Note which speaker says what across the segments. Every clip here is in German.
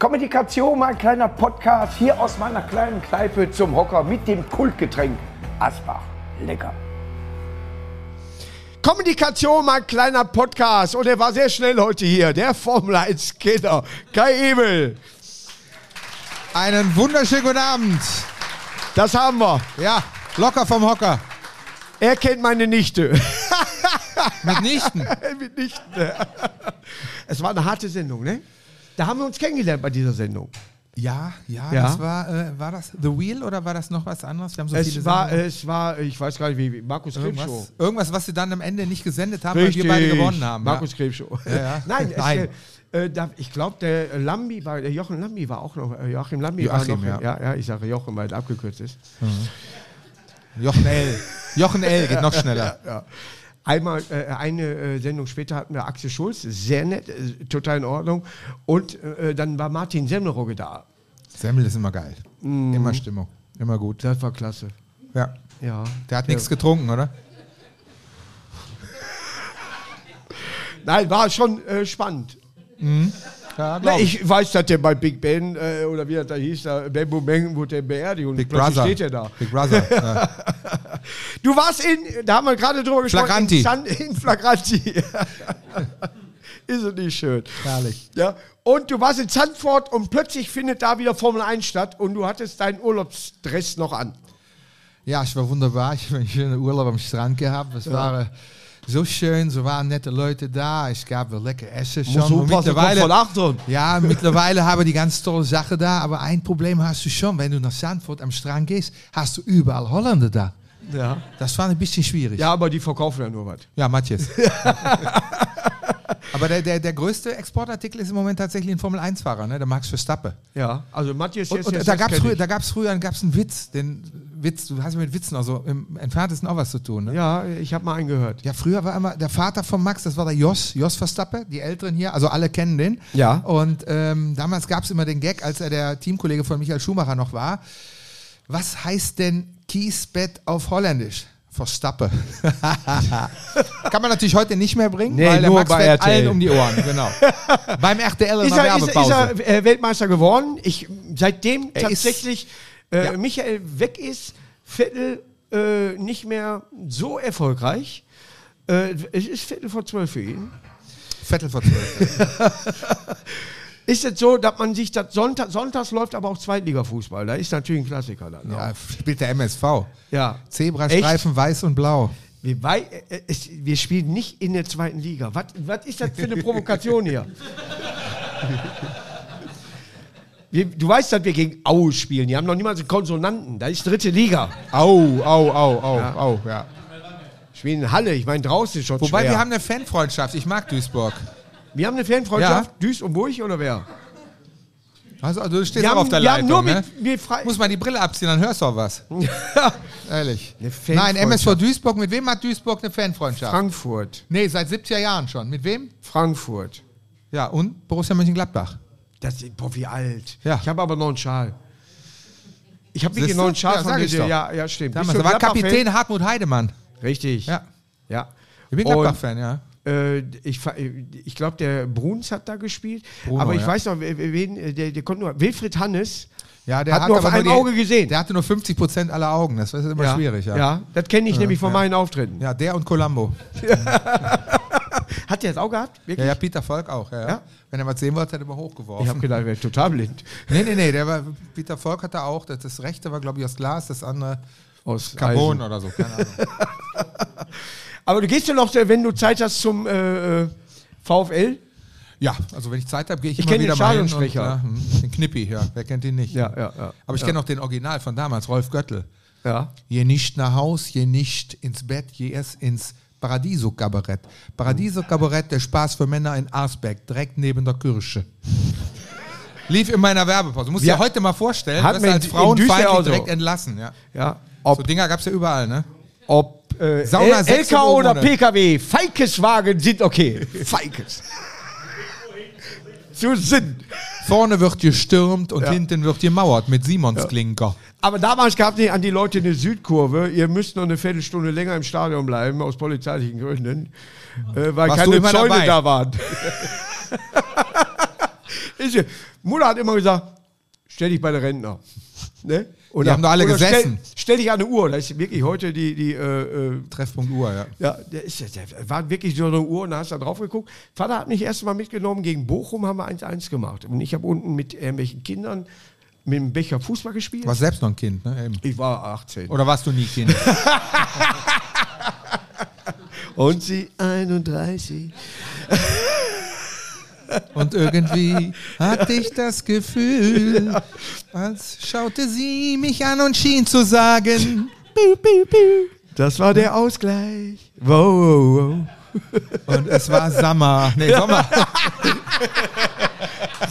Speaker 1: Kommunikation, mein kleiner Podcast hier aus meiner kleinen Kneipe zum Hocker mit dem Kultgetränk Asbach. Lecker.
Speaker 2: Kommunikation, mein kleiner Podcast. Und er war sehr schnell heute hier. Der Formel 1 Kinder, Kai Ebel.
Speaker 3: Einen wunderschönen guten Abend.
Speaker 2: Das haben wir.
Speaker 3: Ja, locker vom Hocker.
Speaker 2: Er kennt meine Nichte.
Speaker 3: Mitnichten.
Speaker 2: Mitnichten. es war eine harte Sendung, ne? Da haben wir uns kennengelernt bei dieser Sendung.
Speaker 3: Ja, ja,
Speaker 2: Ja.
Speaker 3: das war, äh, war das The Wheel oder war das noch was anderes? Wir haben so
Speaker 2: Es
Speaker 3: viele
Speaker 2: war,
Speaker 3: Sachen.
Speaker 2: es war, ich weiß gar nicht, wie, wie Markus
Speaker 3: äh,
Speaker 2: Krebschow.
Speaker 3: irgendwas, irgendwas, was sie dann am Ende nicht gesendet haben, weil wir beide gewonnen haben.
Speaker 2: Markus Krebschow.
Speaker 3: Ja, ja.
Speaker 2: Nein,
Speaker 3: Nein.
Speaker 2: Es, äh, äh, da, ich glaube, der Lambi war, der Jochen Lambi war auch noch, äh, Joachim Lambi
Speaker 3: Joachim,
Speaker 2: war noch,
Speaker 3: ja.
Speaker 2: ja. Ja, ich sage Jochen, weil es abgekürzt ist.
Speaker 3: ja. Jochen L. Jochen L. geht noch schneller.
Speaker 2: Einmal, äh, eine äh, Sendung später hatten wir Axel Schulz, sehr nett, äh, total in Ordnung. Und äh, dann war Martin Semmelrogge da.
Speaker 3: Semmel ist immer geil. Immer Stimmung. Immer gut.
Speaker 2: Das war klasse.
Speaker 3: Ja.
Speaker 2: Ja.
Speaker 3: Der hat nichts getrunken, oder?
Speaker 2: Nein, war schon äh, spannend.
Speaker 3: Ja,
Speaker 2: Na,
Speaker 3: glaub
Speaker 2: ich weiß, dass der bei Big Ben äh, oder wie das da hieß, da Bambo Mengen wurde der beerdigt und
Speaker 3: Big
Speaker 2: plötzlich
Speaker 3: Brother.
Speaker 2: steht er da.
Speaker 3: Big Brother. Ja.
Speaker 2: Du warst in, da haben wir gerade drüber gesprochen.
Speaker 3: Flagranti.
Speaker 2: In, San, in Flagranti. Ist es nicht schön.
Speaker 3: Herrlich.
Speaker 2: Ja. Und du warst in Zandvoort und plötzlich findet da wieder Formel 1 statt und du hattest deinen Urlaubsdress noch an.
Speaker 3: Ja, es war wunderbar. Ich habe einen schönen Urlaub am Strand gehabt. Es war äh, so schön, so waren nette Leute da. Es gab wel lecker Essen schon. Und
Speaker 2: Achtung.
Speaker 3: ja, mittlerweile haben die ganz tolle Sachen da. Aber ein Problem hast du schon. Wenn du nach Zandvoort am Strand gehst, hast du überall Holländer da.
Speaker 2: Ja.
Speaker 3: Das war ein bisschen schwierig.
Speaker 2: ja, aber die verkaufen ja nur was.
Speaker 3: ja Matthias. aber der, der, der größte Exportartikel ist im Moment tatsächlich ein Formel-1-Fahrer, ne? der Max Verstappen.
Speaker 2: Ja, also Matthias
Speaker 3: Und,
Speaker 2: jetzt.
Speaker 3: und da gab es früher, da gab's früher gab's einen Witz. Den Witz, du hast ja mit Witzen also im Entferntesten auch was zu tun. Ne?
Speaker 2: Ja, ich habe mal einen gehört.
Speaker 3: Ja, früher war immer der Vater von Max, das war der Jos, Jos Verstappen, die Älteren hier, also alle kennen den.
Speaker 2: Ja.
Speaker 3: Und ähm, damals gab es immer den Gag, als er der Teamkollege von Michael Schumacher noch war. Was heißt denn Kiesbett auf Holländisch? Verstappen. Kann man natürlich heute nicht mehr bringen,
Speaker 2: Nee,
Speaker 3: weil der
Speaker 2: nur
Speaker 3: Max
Speaker 2: bei
Speaker 3: fällt
Speaker 2: RTL.
Speaker 3: allen um die Ohren, genau. Beim RTL in
Speaker 2: Ist
Speaker 3: der
Speaker 2: er, ist er, ist
Speaker 3: Werbepause.
Speaker 2: er äh, Weltmeister geworden? Ich, seitdem
Speaker 3: Er ist-
Speaker 2: tatsächlich äh,
Speaker 3: Ja.
Speaker 2: Michael weg ist, Vettel äh, nicht mehr so erfolgreich. Äh, es ist Viertel vor zwölf für ihn.
Speaker 3: Vettel vor zwölf.
Speaker 2: Ist es so, dass man sich das Sonntag, sonntags läuft aber auch Zweitliga-Fußball. Da ist natürlich ein Klassiker dann.
Speaker 3: ja,
Speaker 2: auch.
Speaker 3: genau. spielt der MSV.
Speaker 2: ja.
Speaker 3: Zebrastreifen weiß und blau.
Speaker 2: Wir, wei- äh, es, wir spielen nicht in der zweiten Liga. Was, was ist das für eine Provokation hier? Wir, du weißt, dass wir gegen Au spielen. Die haben noch niemals einen Konsonanten. Da ist dritte Liga.
Speaker 3: Au, au, au, au, au, ja.
Speaker 2: Spielen in Halle. Ich meine, draußen ist schon
Speaker 3: Wobei
Speaker 2: schwer.
Speaker 3: wir haben eine Fanfreundschaft. Ich mag Duisburg.
Speaker 2: wir haben eine Fanfreundschaft. Düst und Burg oder wer?
Speaker 3: Also, also du stehst
Speaker 2: Wir
Speaker 3: auch
Speaker 2: haben,
Speaker 3: auf der
Speaker 2: wir haben
Speaker 3: Leitung.
Speaker 2: nur
Speaker 3: ne?
Speaker 2: mit. Wir frei
Speaker 3: Muss man die Brille abziehen, dann hörst du auch was. Ehrlich.
Speaker 2: Eine Fanfreundschaft.
Speaker 3: Nein, MSV Duisburg. Mit wem hat Duisburg eine Fanfreundschaft?
Speaker 2: Frankfurt.
Speaker 3: nee, seit 70er Jahren schon. Mit wem?
Speaker 2: Frankfurt.
Speaker 3: Ja, und Borussia Mönchengladbach.
Speaker 2: Das ist, boah, wie alt.
Speaker 3: Ja.
Speaker 2: Ich habe aber noch einen Schal. Ich habe wirklich
Speaker 3: Siehst du?
Speaker 2: noch einen Schal
Speaker 3: Ja, sag
Speaker 2: von
Speaker 3: ich
Speaker 2: dir.
Speaker 3: doch.
Speaker 2: Ja, ja, stimmt.
Speaker 3: Damals,
Speaker 2: Bist du
Speaker 3: da war
Speaker 2: Gladbach-Fan?
Speaker 3: Kapitän Hartmut Heidemann.
Speaker 2: Richtig.
Speaker 3: Ja,
Speaker 2: Ja.
Speaker 3: ich bin
Speaker 2: Und,
Speaker 3: Gladbach-Fan, ja.
Speaker 2: Äh, ich fa- ich glaube, der Bruns hat da gespielt.
Speaker 3: Bruno,
Speaker 2: aber ich
Speaker 3: ja.
Speaker 2: weiß noch, wer- wer- wen, äh, der, der konnte nur. Wilfried Hannes
Speaker 3: Ja,
Speaker 2: hat nur auf
Speaker 3: aber
Speaker 2: einem
Speaker 3: die-
Speaker 2: Auge gesehen.
Speaker 3: Der hatte nur 50 Prozent aller Augen. Das ist immer schwierig, ja.
Speaker 2: ja das kenne ich nämlich von meinen Auftritten.
Speaker 3: Ja, der und Colombo.
Speaker 2: Hat der das auch gehabt?
Speaker 3: Ja,
Speaker 2: Wirklich?
Speaker 3: ja, Peter Volk auch. Ja, ja.
Speaker 2: Ja.
Speaker 3: Wenn er was sehen wollte, hat er mal
Speaker 2: Ich
Speaker 3: hochgeworfen.
Speaker 2: habe gedacht, er wäre total blind.
Speaker 3: Nee, nee, nee, der war, Peter Volk hatte auch, das, das rechte war, glaube ich, aus Glas, das andere
Speaker 2: Aus
Speaker 3: Carbon
Speaker 2: Eisen.
Speaker 3: oder so, keine Ahnung.
Speaker 2: Aber du gehst ja noch, äh, wenn du Zeit hast, zum äh, äh, VfL.
Speaker 3: ja, also wenn ich Zeit habe, gehe ich,
Speaker 2: Ich
Speaker 3: immer
Speaker 2: kenn
Speaker 3: wieder
Speaker 2: den
Speaker 3: mal hin. Und,
Speaker 2: Stadionsprecher.
Speaker 3: ja, hm, den Knippi, ja, wer kennt ihn nicht?
Speaker 2: Ja, ja, ja.
Speaker 3: Aber ich kenne auch den Original von damals, Rolf Göttl.
Speaker 2: Ja.
Speaker 3: Je nicht nach Haus, je nicht ins Bett, je erst ins Paradiso-Kabarett. Paradiso-Kabarett, der Spaß für Männer in Arsbeck, direkt neben der Kirche. Lief in meiner Werbepause. Muss
Speaker 2: Ja.
Speaker 3: dir heute mal vorstellen,
Speaker 2: Hat
Speaker 3: dass
Speaker 2: man
Speaker 3: als
Speaker 2: in- in Duisburg auch
Speaker 3: Frauenfeind
Speaker 2: so.
Speaker 3: direkt entlassen. Ja.
Speaker 2: ja.
Speaker 3: So Dinger gab es ja überall, ne?
Speaker 2: Ob äh,
Speaker 3: Sauna
Speaker 2: L-
Speaker 3: sechs
Speaker 2: LK
Speaker 3: im
Speaker 2: oder
Speaker 3: Monat.
Speaker 2: PKW, Feikeswagen sind okay. Feikes. Zu Sinn.
Speaker 3: Vorne wird gestürmt und
Speaker 2: Ja.
Speaker 3: hinten wird gemauert mit Simons Klinker.
Speaker 2: Aber damals gab es an die Leute eine Südkurve. Ihr müsst noch eine Viertelstunde länger im Stadion bleiben, aus polizeilichen Gründen, äh, weil
Speaker 3: Warst du
Speaker 2: keine
Speaker 3: immer
Speaker 2: Zäune
Speaker 3: dabei?
Speaker 2: da waren. Ist ja- Mutter hat immer gesagt, stell dich bei der Rentner. Ne? Oder,
Speaker 3: haben da alle
Speaker 2: oder
Speaker 3: gesessen.
Speaker 2: Stell, stell dich an eine Uhr. Das ist wirklich heute die, die äh, äh,
Speaker 3: Treffpunkt Uhr, ja.
Speaker 2: ja, der ist, der war wirklich so eine Uhr und da hast du da drauf geguckt. Vater hat mich erstmal mitgenommen, gegen Bochum haben wir 1-1 gemacht. Und ich habe unten mit irgendwelchen Kindern mit dem Becher Fußball gespielt.
Speaker 3: Du warst selbst noch ein Kind, ne? Eben.
Speaker 2: Ich war 18.
Speaker 3: Oder warst du nie Kind?
Speaker 2: Und sie 31.
Speaker 3: Und irgendwie hatte ich das Gefühl, als schaute sie mich an und schien zu sagen.
Speaker 2: Das war der Ausgleich. Wow, wow,
Speaker 3: Und es war Sommer. Nee, Sommer.
Speaker 2: wow.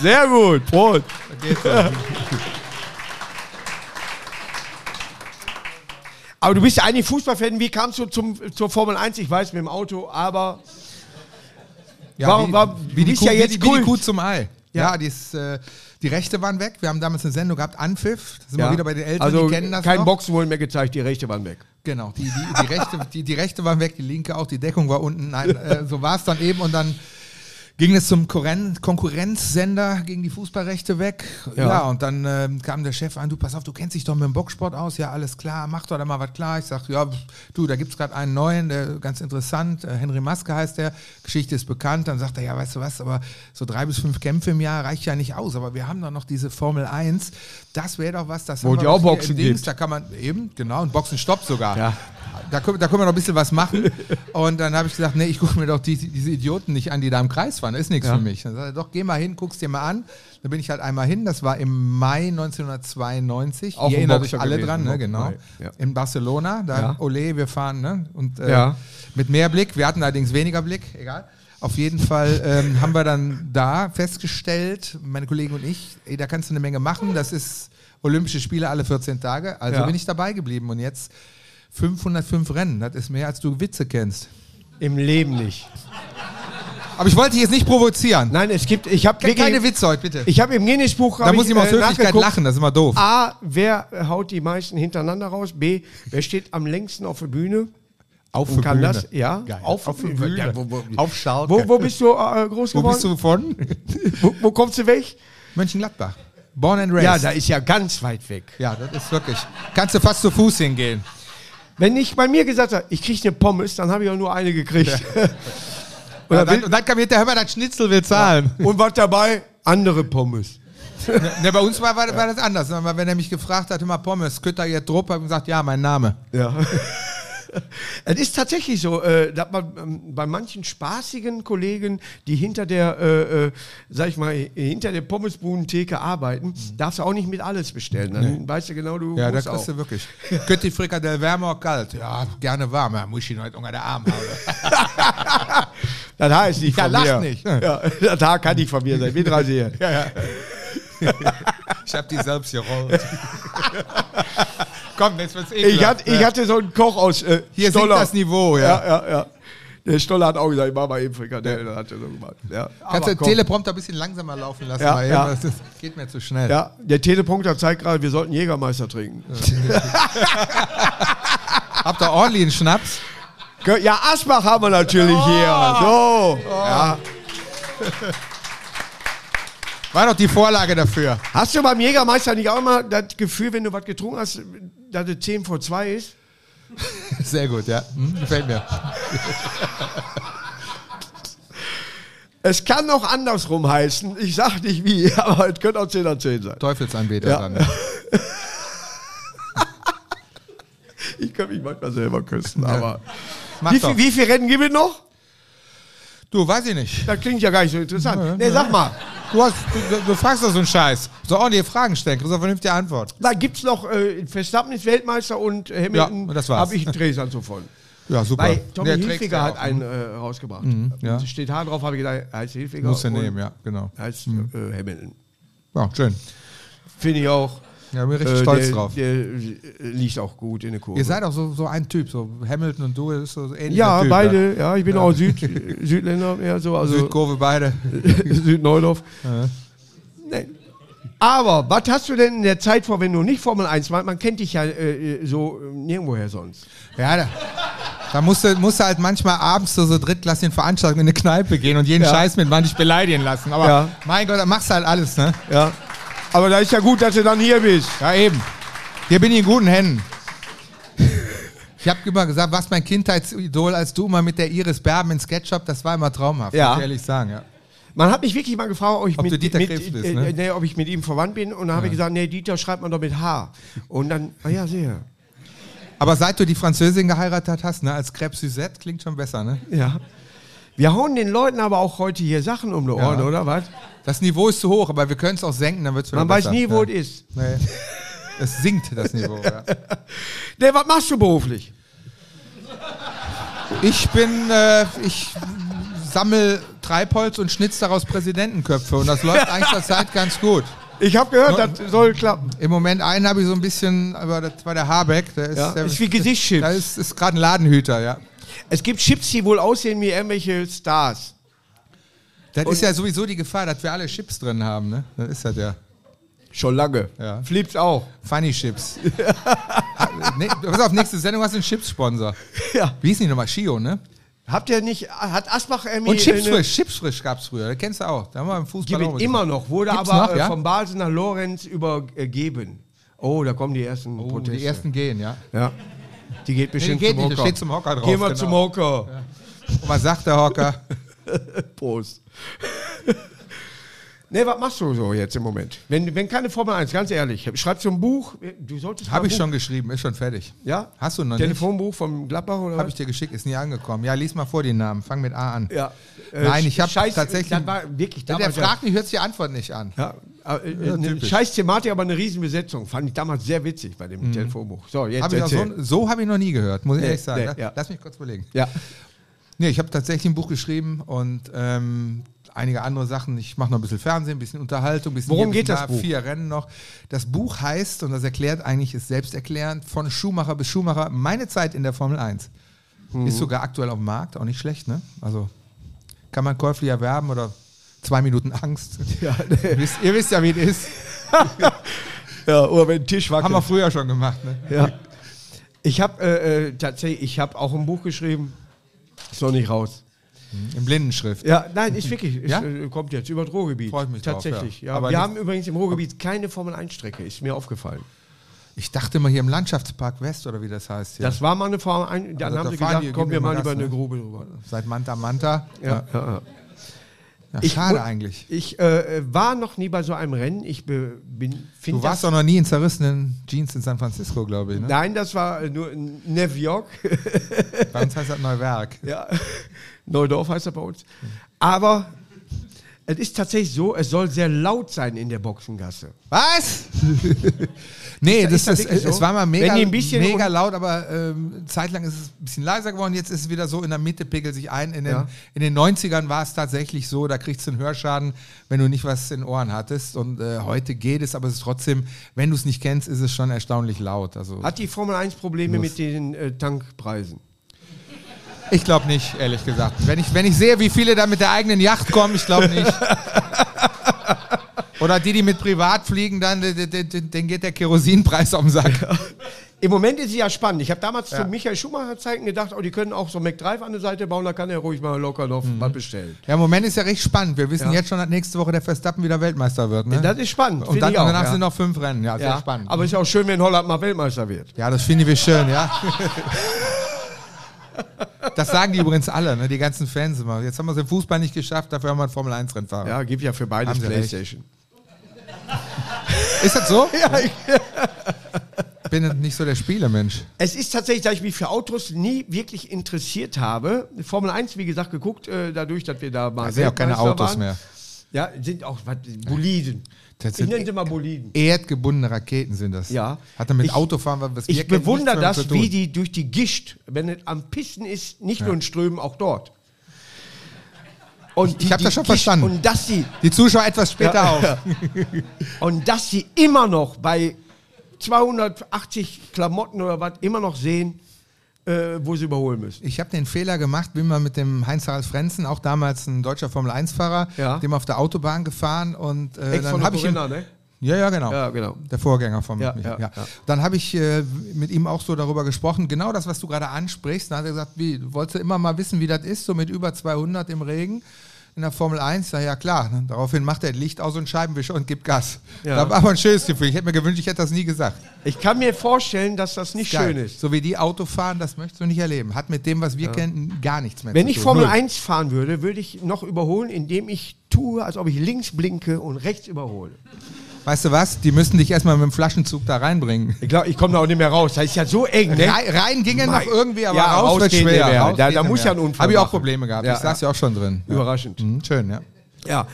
Speaker 2: Sehr gut. Prost. Aber du bist ja eigentlich Fußballfan. Wie kamst du zum, zur Formel 1? Ich weiß, mit dem Auto, aber
Speaker 3: Ja,
Speaker 2: Warum-
Speaker 3: wie,
Speaker 2: warum-
Speaker 3: wie die
Speaker 2: ist
Speaker 3: Kuh,
Speaker 2: ja
Speaker 3: wie
Speaker 2: jetzt
Speaker 3: die- wie die
Speaker 2: Kult.
Speaker 3: Kuh zum Ei. Ja, die, ist, äh, die Rechte waren weg. Wir haben damals eine Sendung gehabt, Anpfiff. Da sind wir wieder bei den Eltern,
Speaker 2: also
Speaker 3: die kennen das
Speaker 2: Kein
Speaker 3: noch.
Speaker 2: Boxen wurden mehr gezeigt, die Rechte waren weg.
Speaker 3: Genau, die, die, die, rechte, die, die rechte war weg, die linke auch, die Deckung war unten. Nein, äh, so war es dann eben und dann ging es zum Korren- Konkurrenzsender gegen die Fußballrechte weg. Ja,
Speaker 2: Ja.
Speaker 3: und dann ähm, kam der Chef an, du pass auf, du kennst dich doch mit dem Boxsport aus, ja alles klar, mach doch da mal was klar. Ich sag, ja, pf, du, da gibt's gerade einen neuen, der, ganz interessant, äh, Henry Maske heißt der, Geschichte ist bekannt. Dann sagt er, ja, weißt du was, aber so drei bis fünf Kämpfe im Jahr reicht ja nicht aus, aber wir haben doch noch diese Formel 1, das wäre doch was, das
Speaker 2: Wo
Speaker 3: haben
Speaker 2: die
Speaker 3: wir doch
Speaker 2: auch
Speaker 3: hier im
Speaker 2: Boxen
Speaker 3: Dings,
Speaker 2: gibt.
Speaker 3: da kann man eben, genau, und Boxenstopp sogar.
Speaker 2: Ja.
Speaker 3: Da können, da können wir noch ein bisschen was machen. Und dann habe ich gesagt, nee, ich gucke mir doch die, diese Idioten nicht an, die da im Kreis waren. Das ist nichts für mich. Dann sagt er, doch, geh mal hin, guck's dir mal an. Dann bin ich halt einmal hin. Das war im Mai 1992.
Speaker 2: Auch
Speaker 3: Ihr
Speaker 2: im
Speaker 3: erinnert euch
Speaker 2: Boxer
Speaker 3: alle
Speaker 2: gewesen,
Speaker 3: dran, ne?
Speaker 2: ne?
Speaker 3: genau.
Speaker 2: Mai, ja.
Speaker 3: In Barcelona, da
Speaker 2: Ja.
Speaker 3: Ole, wir fahren, ne? Und äh,
Speaker 2: Ja.
Speaker 3: mit mehr Blick, wir hatten allerdings weniger Blick, egal. Auf jeden Fall ähm, haben wir dann da festgestellt, meine Kollegen und ich, ey, da kannst du eine Menge machen. Das ist Olympische Spiele alle 14 Tage. Also
Speaker 2: Ja.
Speaker 3: bin ich dabei geblieben. Und jetzt 505 Rennen, das ist mehr, als du Witze kennst.
Speaker 2: Im Leben nicht.
Speaker 3: Aber ich wollte dich jetzt nicht provozieren.
Speaker 2: Nein, es gibt, ich habe
Speaker 3: Ke- Keine Witze heute, bitte.
Speaker 2: Ich habe im Guinness-Buch
Speaker 3: da
Speaker 2: hab äh,
Speaker 3: muss ich mal aus Höflichkeit
Speaker 2: nachgeguckt. Ah,
Speaker 3: lachen, das ist immer doof.
Speaker 2: A, wer haut die meisten hintereinander raus? B, wer steht am längsten auf der Bühne?
Speaker 3: Auf
Speaker 2: Und kann das? Ja,
Speaker 3: Geil.
Speaker 2: auf,
Speaker 3: Auf
Speaker 2: auf
Speaker 3: für
Speaker 2: der
Speaker 3: Bühne.
Speaker 2: Bühne. Ja, wo, wo,
Speaker 3: Auf Schalke.
Speaker 2: wo, wo bist du äh, groß
Speaker 3: Wo bist
Speaker 2: geworden?
Speaker 3: du von?
Speaker 2: Wo, wo kommst du weg?
Speaker 3: Mönchengladbach. Born and raised.
Speaker 2: Ja, da ist ja ganz weit weg.
Speaker 3: Ja, das ist wirklich. Kannst du fast zu Fuß hingehen.
Speaker 2: Wenn ich bei mir gesagt habe, ich kriege eine Pommes, dann habe ich auch nur eine gekriegt. und,
Speaker 3: Ja,
Speaker 2: dann
Speaker 3: dann,
Speaker 2: will,
Speaker 3: und dann kam hinterher, hör mal, das Schnitzel will zahlen.
Speaker 2: und was dabei? Andere Pommes.
Speaker 3: Ne, bei uns war, war, war das anders. Aber Wenn er mich gefragt hat, hör mal, Pommes, Kütter ihr Drupp, habe ich gesagt, ja, mein Name.
Speaker 2: Ja. es ist tatsächlich so, äh, dass man ähm, bei manchen spaßigen Kollegen, die hinter der, äh, äh, sag ich mal, hinter der Pommesbudentheke arbeiten, darfst du auch nicht mit alles bestellen. Dann weißt du genau, du
Speaker 3: Mhm. Ja, da
Speaker 2: musst auch.
Speaker 3: kriegst du wirklich. Könnt die Frikadelle wärmer oder kalt? Ja, gerne warm. Ja, muss ich ihn heute unter der Arm haben.
Speaker 2: Das heißt nicht
Speaker 3: Ja,
Speaker 2: von
Speaker 3: lach
Speaker 2: mir.
Speaker 3: nicht.
Speaker 2: Ja, das Haar kann nicht von mir sein. Wie drei hier.
Speaker 3: Ich habe die selbst gerollt. Komm, jetzt wird's ekelhaft. ne?
Speaker 2: Ich, hatte, ich hatte so einen Koch aus äh,
Speaker 3: Hier sinkt
Speaker 2: Stoller.
Speaker 3: das Niveau, ja.
Speaker 2: ja, ja, ja. Der Stoller hat auch gesagt, ich mach mal eben Frikadellen. Das hat er so gemacht. Ja.
Speaker 3: Kannst du
Speaker 2: Aber
Speaker 3: den
Speaker 2: komm.
Speaker 3: Teleprompter ein bisschen langsamer laufen lassen?
Speaker 2: Ja,
Speaker 3: weil eben,
Speaker 2: ja.
Speaker 3: Das ist, geht mir zu schnell.
Speaker 2: Ja, der Teleprompter zeigt gerade, wir sollten Jägermeister trinken.
Speaker 3: Habt ihr ordentlich einen Schnaps?
Speaker 2: Gö- Ja, Asbach haben wir natürlich hier.
Speaker 3: Oh.
Speaker 2: So. Ja.
Speaker 3: War doch die Vorlage dafür.
Speaker 2: Hast du beim Jägermeister nicht auch immer das Gefühl, wenn du was getrunken hast, dass es 10 vor 2 ist?
Speaker 3: Sehr gut, ja. Hm, gefällt mir.
Speaker 2: Es kann auch andersrum heißen. Ich sag nicht wie, aber es könnte auch 10 an 10 sein.
Speaker 3: Teufelsanbeter
Speaker 2: Ja.
Speaker 3: dann. ne?
Speaker 2: Ich könnte mich manchmal selber küssen, aber.
Speaker 3: Mach
Speaker 2: Wie
Speaker 3: doch.
Speaker 2: viel, wie viel Rennen gibt es noch?
Speaker 3: Du, weiß ich nicht.
Speaker 2: Das klingt ja gar nicht so interessant. Nee, sag mal,
Speaker 3: Du, hast, du, du- du fragst doch so einen Scheiß. So ordentliche Fragen stellen, kriegst du eine vernünftige Antwort.
Speaker 2: da gibt es noch äh, Verstappen ist Weltmeister und
Speaker 3: Ja,
Speaker 2: Hamilton.
Speaker 3: und das war's.
Speaker 2: habe ich einen Dresanzug von.
Speaker 3: Ja, super.
Speaker 2: Bei Tommy
Speaker 3: Der trägst
Speaker 2: Hilfiger
Speaker 3: ja
Speaker 2: hat
Speaker 3: auch.
Speaker 2: einen
Speaker 3: Mhm,
Speaker 2: äh, rausgebracht.
Speaker 3: ja.
Speaker 2: Und Steht H drauf, habe ich gedacht, heißt Hilfiger.
Speaker 3: Musst du
Speaker 2: und
Speaker 3: nehmen, ja, genau.
Speaker 2: Heißt äh, Hamilton.
Speaker 3: Ja, schön.
Speaker 2: Finde ich auch. Äh,
Speaker 3: Ja, bin richtig stolz
Speaker 2: der,
Speaker 3: drauf.
Speaker 2: Der äh, liegt auch gut in der Kurve.
Speaker 3: Ihr seid auch so, so ein Typ, so Hamilton und du, das ist so so ähnlich.
Speaker 2: ja,
Speaker 3: typ, ne?
Speaker 2: beide. ne? Ja, ich bin auch Süd, Südländer, ja, so,
Speaker 3: Ja.
Speaker 2: also
Speaker 3: Südkurve, beide.
Speaker 2: Südneudorf. Nee. Aber was hast du denn in der Zeit vor, wenn du nicht Formel 1 warst? Man kennt dich ja äh, so äh, nirgendwoher äh, sonst.
Speaker 3: Ja, da. Da musst du, musst du halt manchmal abends zu so drittklassigen Veranstaltungen in eine Kneipe gehen und jeden
Speaker 2: Ja.
Speaker 3: Scheiß mit manch beleidigen lassen. Aber
Speaker 2: Ja.
Speaker 3: mein Gott, da machst du halt alles, ne?
Speaker 2: Ja. Aber da ist ja gut, dass du dann hier bist.
Speaker 3: Ja, eben. Hier bin ich in guten Händen. Ich habe immer gesagt, was mein Kindheitsidol, als du immer mit der Iris Berben ins Sketchup, das war immer traumhaft,
Speaker 2: Ja.
Speaker 3: muss ich ehrlich sagen. Ja.
Speaker 2: Man hat mich wirklich mal gefragt, ob ich,
Speaker 3: Ob
Speaker 2: mit,
Speaker 3: du Dieter
Speaker 2: mit,
Speaker 3: Krebs bist,
Speaker 2: äh,
Speaker 3: ne?
Speaker 2: nee, ob ich mit ihm verwandt bin. Und dann habe ich gesagt, nee, Dieter schreibt man doch mit H. Und dann, ah ja, sehr.
Speaker 3: Aber seit du die Französin geheiratet hast, ne, als Crêpe Suzette, klingt schon besser, ne?
Speaker 2: Ja. Wir hauen den Leuten aber auch heute hier Sachen um die Ohren,
Speaker 3: Ja.
Speaker 2: oder was?
Speaker 3: Das Niveau ist zu hoch, aber wir können es auch senken, dann wird es
Speaker 2: Man weiß nie, wo es ist.
Speaker 3: Nee. Es sinkt, das Niveau. Ja.
Speaker 2: Nee, was machst du beruflich?
Speaker 3: Ich bin, äh, ich sammel Treibholz und schnitz daraus Präsidentenköpfe und das läuft eigentlich zurzeit ganz gut.
Speaker 2: Ich habe gehört, das soll klappen.
Speaker 3: Im Moment einen habe ich so ein bisschen, aber das war der Habeck. Der ist,
Speaker 2: Ja,
Speaker 3: der,
Speaker 2: ist wie Gesichtschips.
Speaker 3: Da ist, ist gerade ein Ladenhüter, ja.
Speaker 2: Es gibt Chips, die wohl aussehen wie irgendwelche Stars.
Speaker 3: Das ist ja sowieso die Gefahr, dass wir alle Chips drin haben, ne? Das ist ja der
Speaker 2: Schon lange.
Speaker 3: Ja.
Speaker 2: Flips auch.
Speaker 3: Funny Chips. nee, pass auf, nächste Sendung hast du einen Chips-Sponsor.
Speaker 2: Ja.
Speaker 3: Wie hieß denn die nochmal? Shio, ne?
Speaker 2: Habt ihr nicht, hat Asbach irgendwie...
Speaker 3: Und Chips
Speaker 2: eine-
Speaker 3: frisch, Chips frisch gab's früher, das kennst du auch. Da haben wir im Fußball
Speaker 2: Gibt es
Speaker 3: auch mit-
Speaker 2: immer noch, wurde
Speaker 3: Gibt's
Speaker 2: aber
Speaker 3: noch,
Speaker 2: äh,
Speaker 3: ja?
Speaker 2: vom Basel nach Lorenz übergeben. Oh, da kommen die ersten
Speaker 3: Oh,
Speaker 2: Proteste.
Speaker 3: die ersten gehen, ja.
Speaker 2: Ja. Die geht bestimmt
Speaker 3: Nee, die geht
Speaker 2: zum
Speaker 3: nicht, da
Speaker 2: Hocker.
Speaker 3: steht zum Hocker drauf,
Speaker 2: Gehen wir
Speaker 3: genau.
Speaker 2: zum Hocker.
Speaker 3: Und was sagt der Hocker?
Speaker 2: Prost. nee, was machst du so jetzt im Moment? Wenn, wenn keine Formel 1, ganz ehrlich. Schreibst du ein Buch? Du solltest mal
Speaker 3: Habe
Speaker 2: ein
Speaker 3: ich
Speaker 2: Buch-
Speaker 3: schon geschrieben, ist schon fertig.
Speaker 2: Ja?
Speaker 3: Hast du noch
Speaker 2: Telefonbuch vom Gladbach oder
Speaker 3: Habe
Speaker 2: was?
Speaker 3: ich dir geschickt, ist nie angekommen. Ja, lies mal vor den Namen, fang mit A an.
Speaker 2: Ja. Äh,
Speaker 3: Nein, ich habe
Speaker 2: Scheiß-
Speaker 3: tatsächlich.
Speaker 2: Das war wirklich
Speaker 3: Wenn der
Speaker 2: damals-
Speaker 3: fragt mich, hört sich die Antwort nicht an.
Speaker 2: Ja, aber, äh,
Speaker 3: Ja,
Speaker 2: eine
Speaker 3: typisch.
Speaker 2: scheiß Thematik, aber eine Riesenbesetzung. Fand ich damals sehr witzig bei dem Telefonbuch. So, jetzt
Speaker 3: Mhm. Hab ich auch
Speaker 2: erzähl.
Speaker 3: so so habe ich noch nie gehört, muss ich
Speaker 2: Nee,
Speaker 3: ehrlich sagen.
Speaker 2: nee,
Speaker 3: Lass-
Speaker 2: ja.
Speaker 3: Lass mich kurz überlegen.
Speaker 2: ja.
Speaker 3: Nee, ich habe tatsächlich ein Buch geschrieben und ähm, einige andere Sachen. Ich mache noch ein bisschen Fernsehen, ein bisschen Unterhaltung, ein bisschen,
Speaker 2: Worum
Speaker 3: hier, ein
Speaker 2: geht
Speaker 3: bisschen
Speaker 2: das
Speaker 3: da,
Speaker 2: Buch?
Speaker 3: vier Rennen noch. Das Buch heißt, und das erklärt eigentlich, ist selbsterklärend, von Schumacher bis Schumacher, meine Zeit in der Formel 1.
Speaker 2: Hm.
Speaker 3: Ist sogar aktuell auf dem Markt, auch nicht schlecht, ne? Also kann man käuflich erwerben oder zwei Minuten Angst. ihr, wisst, ihr wisst ja, wie es ist.
Speaker 2: ja, oder wenn ein Tisch wackelt.
Speaker 3: Haben wir früher schon gemacht, ne?
Speaker 2: Ja. Ich habe äh, äh, tatsächlich, ich habe auch ein Buch geschrieben. Ist noch nicht raus.
Speaker 3: In Blindenschrift.
Speaker 2: Ja, nein, ist wirklich. Ist,
Speaker 3: Ja?
Speaker 2: äh, kommt jetzt über das Ruhrgebiet.
Speaker 3: Freu ich mich drauf,
Speaker 2: Tatsächlich.
Speaker 3: ja.
Speaker 2: ja.
Speaker 3: Aber
Speaker 2: Wir
Speaker 3: nicht-
Speaker 2: haben übrigens im Ruhrgebiet keine Formel-1-Strecke, ist mir aufgefallen.
Speaker 3: Ich dachte immer hier im Landschaftspark West oder wie das heißt. Hier.
Speaker 2: Das war mal eine Formel-1. Dann
Speaker 3: Also
Speaker 2: haben
Speaker 3: da
Speaker 2: sie
Speaker 3: fahren
Speaker 2: gedacht,
Speaker 3: die,
Speaker 2: kommen
Speaker 3: gib
Speaker 2: wir
Speaker 3: mir
Speaker 2: mal
Speaker 3: mal
Speaker 2: über
Speaker 3: Gas,
Speaker 2: eine
Speaker 3: ne?
Speaker 2: Grube drüber.
Speaker 3: Seit Manta Manta.
Speaker 2: Ja, ja. ja.
Speaker 3: Ja,
Speaker 2: Ich
Speaker 3: schade
Speaker 2: mu-
Speaker 3: eigentlich.
Speaker 2: Ich äh, äh, war noch nie bei so einem Rennen. Ich be- bin. find
Speaker 3: Du warst
Speaker 2: das,
Speaker 3: doch noch nie in zerrissenen Jeans in San Francisco, glaube ich. Ne?
Speaker 2: Nein, das war äh, nur in New York.
Speaker 3: Bei uns heißt das Neuwerk.
Speaker 2: Ja, Neudorf heißt er bei uns. Aber es ist tatsächlich so, es soll sehr laut sein in der Boxengasse.
Speaker 3: Was? nee,
Speaker 2: Ist
Speaker 3: das,
Speaker 2: das
Speaker 3: das,
Speaker 2: wirklich so?
Speaker 3: es war mal mega,
Speaker 2: Wenn die ein bisschen
Speaker 3: mega
Speaker 2: un-
Speaker 3: laut, aber ähm, zeitlang ist es ein bisschen leiser geworden. Jetzt ist es wieder so, in der Mitte pegelt sich ein. In den,
Speaker 2: Ja.
Speaker 3: in den 90ern war es tatsächlich so, da kriegst du einen Hörschaden, wenn du nicht was in den Ohren hattest. Und äh, heute geht es, aber es ist trotzdem, wenn du es nicht kennst, ist es schon erstaunlich laut. Also,
Speaker 2: Hat die Formel 1 Probleme
Speaker 3: Muss.
Speaker 2: mit den äh, Tankpreisen?
Speaker 3: ich glaube nicht, ehrlich gesagt. Wenn ich, wenn ich sehe, wie viele da mit der eigenen Yacht kommen, ich glaube nicht. Oder die, die mit privat fliegen, dann den- den- den- denen geht der Kerosinpreis auf den Sack.
Speaker 2: Im Moment ist es ja spannend. Ich habe damals zu Michael Schumacher Zeiten gedacht, oh, die können auch so einen McDrive an der Seite bauen, da kann er ruhig mal locker noch
Speaker 3: Mhm.
Speaker 2: was bestellen.
Speaker 3: Ja, im Moment ist ja recht spannend. Wir wissen
Speaker 2: Ja.
Speaker 3: jetzt schon, dass nächste Woche der Verstappen wieder Weltmeister wird. Ne?
Speaker 2: Das ist spannend.
Speaker 3: Und
Speaker 2: find
Speaker 3: dann,
Speaker 2: ich auch,
Speaker 3: danach
Speaker 2: ja.
Speaker 3: sind noch fünf Rennen. Ja, sehr
Speaker 2: ja.
Speaker 3: spannend.
Speaker 2: Aber ist auch schön, wenn Holland mal Weltmeister wird.
Speaker 3: ja, das finde ich schön, ja. das sagen die übrigens alle, ne? die ganzen Fans immer. Jetzt haben wir es im Fußball nicht geschafft, dafür haben wir einen Formel-1-Rennfahrer.
Speaker 2: Ja, gibt ja für beides
Speaker 3: Haben Sie recht.
Speaker 2: Playstation.
Speaker 3: Ist das so?
Speaker 2: Ja, ich-
Speaker 3: Ich bin nicht so der Spielemensch.
Speaker 2: Es ist tatsächlich, dass ich mich für Autos nie wirklich interessiert habe. Formel 1, wie gesagt, geguckt, äh, dadurch, dass wir da mal.
Speaker 3: Da sind ja auch keine
Speaker 2: Weltmeister
Speaker 3: Autos
Speaker 2: waren.
Speaker 3: mehr.
Speaker 2: Ja, sind auch was, Boliden.
Speaker 3: Das
Speaker 2: ich
Speaker 3: sind
Speaker 2: nenne sie mal Boliden.
Speaker 3: Erdgebundene Raketen sind das.
Speaker 2: Ja.
Speaker 3: Hat damit
Speaker 2: Ich-
Speaker 3: Autofahren was wir
Speaker 2: Ich
Speaker 3: kennen,
Speaker 2: bewundere
Speaker 3: nichts damit
Speaker 2: das,
Speaker 3: zu tun.
Speaker 2: wie die durch die Gischt, wenn es am Pissen ist, nicht nur in Strömen, auch dort. Und
Speaker 3: ich hab
Speaker 2: die
Speaker 3: das schon
Speaker 2: Gischt-
Speaker 3: verstanden.
Speaker 2: Und dass sie,
Speaker 3: Die Zuschauer etwas später
Speaker 2: Ja.
Speaker 3: auf.
Speaker 2: und dass sie immer noch bei 280 Klamotten oder was immer noch sehen, äh, wo sie überholen müssen.
Speaker 3: Ich habe den Fehler gemacht, bin mal mit dem Heinz-Harald Frenzen, auch damals ein deutscher Formel-1-Fahrer,
Speaker 2: Ja.
Speaker 3: dem auf der Autobahn gefahren und äh,
Speaker 2: Ex von
Speaker 3: dann habe ich ihm,
Speaker 2: Corinna, ne?
Speaker 3: Ja, ja, genau.
Speaker 2: Ja, genau.
Speaker 3: Der Vorgänger vom
Speaker 2: Ja,
Speaker 3: Michael,
Speaker 2: ja,
Speaker 3: ja.
Speaker 2: ja.
Speaker 3: Dann habe ich äh, mit ihm auch so darüber gesprochen, genau das, was du gerade ansprichst. Dann hat er gesagt, wie, du wolltest ja immer mal wissen, wie das ist, so mit über 200 im Regen in der Formel 1. Na ja, klar. Ne? Daraufhin macht er Licht aus und Scheibenwischer und gibt Gas.
Speaker 2: Ja.
Speaker 3: Da war aber ein schönes Gefühl. Ich hätte mir gewünscht, ich hätte das nie gesagt.
Speaker 2: Ich kann mir vorstellen, dass das nicht
Speaker 3: Geil.
Speaker 2: schön ist.
Speaker 3: So wie die Auto fahren, das möchtest du nicht erleben. Hat mit dem, was wir kennen, gar nichts mehr
Speaker 2: Wenn ich Formel
Speaker 3: Null.
Speaker 2: 1 fahren würde, würde ich noch überholen, indem ich tue, als ob ich links blinke und rechts überhole.
Speaker 3: Weißt du was? Die müssen dich erstmal mit dem Flaschenzug da reinbringen.
Speaker 2: Ich glaube, ich komme da auch nicht mehr raus. Das ist ja so eng, ne?
Speaker 3: Rein, rein gingen noch
Speaker 2: Mein-
Speaker 3: irgendwie, aber
Speaker 2: Ja,
Speaker 3: raus wird
Speaker 2: rausgehen
Speaker 3: schwer.
Speaker 2: nicht mehr.
Speaker 3: Raus
Speaker 2: Da-
Speaker 3: geht
Speaker 2: da
Speaker 3: nicht
Speaker 2: muss
Speaker 3: mehr.
Speaker 2: ja ein Unfall
Speaker 3: Habe ich auch
Speaker 2: machen.
Speaker 3: Probleme gehabt.
Speaker 2: Ja,
Speaker 3: ich saß ja. auch schon drin. Ja.
Speaker 2: Überraschend.
Speaker 3: Mhm, schön, ja.
Speaker 2: Ja.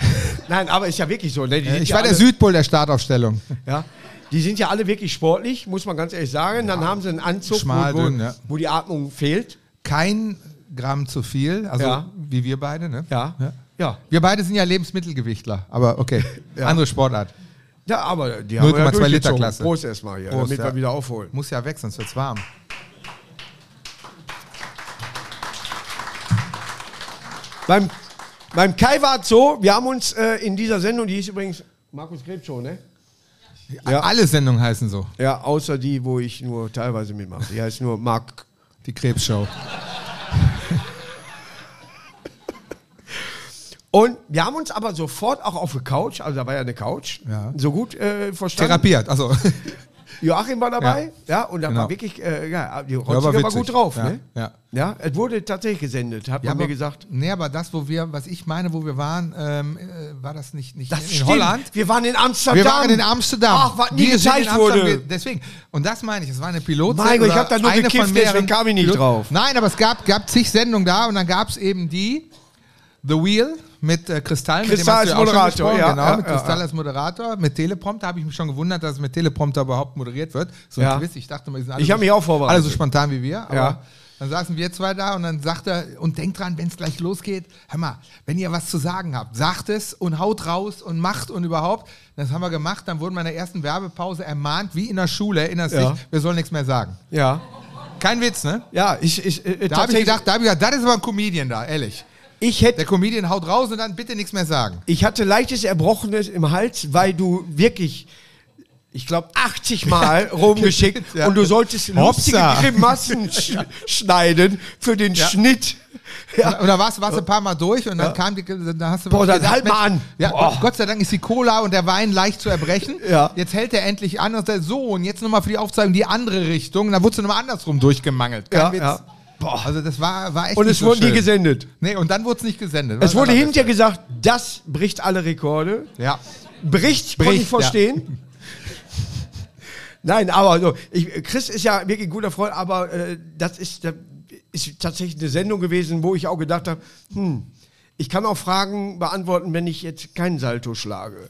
Speaker 2: Nein, aber ist ja wirklich so. Ne? Die sind
Speaker 3: Ich
Speaker 2: ja
Speaker 3: war der
Speaker 2: alle-
Speaker 3: Südpol der Startaufstellung.
Speaker 2: Ja. Die sind ja alle wirklich sportlich, muss man ganz ehrlich sagen. Dann haben sie einen Anzug,
Speaker 3: Schmal,
Speaker 2: wo, wo,
Speaker 3: dünn, ja.
Speaker 2: wo die Atmung fehlt.
Speaker 3: Kein Gramm zu viel, also
Speaker 2: Ja.
Speaker 3: wie wir beide, ne?
Speaker 2: Ja. Ja. ja.
Speaker 3: Wir beide sind ja Lebensmittelgewichtler, aber okay. Andere Sportart.
Speaker 2: aber die haben ja
Speaker 3: 0,2 Liter
Speaker 2: durchgezogen.
Speaker 3: Klasse.
Speaker 2: Prost erstmal hier,
Speaker 3: Prost,
Speaker 2: damit
Speaker 3: ja.
Speaker 2: wir wieder aufholen.
Speaker 3: Muss ja weg, sonst wird's warm.
Speaker 2: Beim, beim Kai war es so, wir haben uns äh, in dieser Sendung, die hieß übrigens Markus Krebs Show, ne? Ja.
Speaker 3: Alle Sendungen heißen so.
Speaker 2: Ja, außer die, wo ich nur teilweise mitmache. Die heißt nur Mark.
Speaker 3: Die Krebsshow.
Speaker 2: Und wir haben uns aber sofort auch auf der Couch, also da war ja eine Couch,
Speaker 3: Ja.
Speaker 2: so gut äh, verstanden.
Speaker 3: Therapiert, also.
Speaker 2: Joachim war dabei, ja, und da
Speaker 3: Genau.
Speaker 2: war wirklich, äh, ja, die
Speaker 3: Ja,
Speaker 2: Rotziger war
Speaker 3: witzig.
Speaker 2: gut drauf,
Speaker 3: ja.
Speaker 2: ne?
Speaker 3: Ja.
Speaker 2: Ja, es wurde tatsächlich gesendet, hat man mir gesagt.
Speaker 3: Nee, aber das, wo wir, was ich meine, wo wir waren, ähm, äh, war das nicht, nicht
Speaker 2: Das
Speaker 3: in
Speaker 2: stimmt.
Speaker 3: Holland?
Speaker 2: Wir waren in Amsterdam.
Speaker 3: Wir waren in Amsterdam.
Speaker 2: Ach, was nie
Speaker 3: Wir sind in
Speaker 2: gezeigt
Speaker 3: Amsterdam.
Speaker 2: wurde.
Speaker 3: Wir- Deswegen. Und das meine ich. Es war eine Pilot.
Speaker 2: Mein Gott, ich hab da nur gekifft, deswegen kam ich nicht drauf.
Speaker 3: Nein, aber es gab, gab zig Sendungen da und dann gab es eben die The Wheel mit äh, Kristall. mit dem
Speaker 2: Kristall
Speaker 3: hast
Speaker 2: als
Speaker 3: du auch schon
Speaker 2: Moderator,
Speaker 3: gesprochen,
Speaker 2: ja,
Speaker 3: Genau,
Speaker 2: ja,
Speaker 3: mit
Speaker 2: ja,
Speaker 3: Kristall
Speaker 2: ja.
Speaker 3: als Moderator. Mit Teleprompter habe ich mich schon gewundert, dass es mit Teleprompter überhaupt moderiert wird. So
Speaker 2: Ja.
Speaker 3: ein Quiz. Ich dachte mal, die sind alle
Speaker 2: Ich hab
Speaker 3: so-
Speaker 2: mich auch vorbereitet.
Speaker 3: Alle so spontan wie wir. Aber
Speaker 2: Ja.
Speaker 3: Dann saßen wir zwei da und dann sagt er, und denkt dran, wenn es gleich losgeht, hör mal, wenn ihr was zu sagen habt, sagt es und haut raus und macht und überhaupt. Das haben wir gemacht, dann wurden wir in der ersten Werbepause ermahnt, wie in der Schule, erinnerst
Speaker 2: Ja.
Speaker 3: dich, wir sollen nichts mehr sagen.
Speaker 2: Ja,
Speaker 3: Kein Witz, ne?
Speaker 2: ja, ich, ich, äh,
Speaker 3: Da habe ich
Speaker 2: tatsächlich-
Speaker 3: gedacht, da habe ich gedacht, das ist aber ein Comedian da, ehrlich.
Speaker 2: ich hätte
Speaker 3: Der Comedian haut raus und dann bitte nichts mehr sagen.
Speaker 2: Ich hatte leichtes Erbrochenes im Hals, weil du wirklich, ich glaube, 80 Mal rumgeschickt
Speaker 3: Ja.
Speaker 2: und du solltest
Speaker 3: Hopsa.
Speaker 2: lustige Grimassen sch schneiden für den
Speaker 3: Ja.
Speaker 2: Schnitt. Ja.
Speaker 3: Und da warst du warst du ein paar Mal durch und dann kam die, dann hast du
Speaker 2: Boah, dann halt
Speaker 3: Mensch,
Speaker 2: mal an.
Speaker 3: Ja,
Speaker 2: Boah.
Speaker 3: Gott sei Dank ist die Cola und der Wein leicht zu erbrechen.
Speaker 2: Ja.
Speaker 3: Jetzt hält er endlich an und sagt, so, und jetzt nochmal für die Aufzeichnung die andere Richtung. Und dann wurdest du nochmal andersrum durchgemangelt. Kein
Speaker 2: Ja,
Speaker 3: Witz.
Speaker 2: ja.
Speaker 3: Also das war, war echt
Speaker 2: Und
Speaker 3: nicht
Speaker 2: es wurde nie
Speaker 3: schön.
Speaker 2: gesendet.
Speaker 3: Nee, und dann wurde es nicht gesendet.
Speaker 2: Es
Speaker 3: Was
Speaker 2: wurde
Speaker 3: anderes.
Speaker 2: hinterher gesagt, das bricht alle Rekorde.
Speaker 3: Ja.
Speaker 2: Bricht, kann
Speaker 3: Bricht,
Speaker 2: ich verstehen. Nein, aber so, ich, Chris ist ja wirklich ein guter Freund, aber äh, das ist, das ist tatsächlich eine Sendung gewesen, wo ich auch gedacht habe, hm, ich kann auch Fragen beantworten, wenn ich jetzt keinen Salto schlage.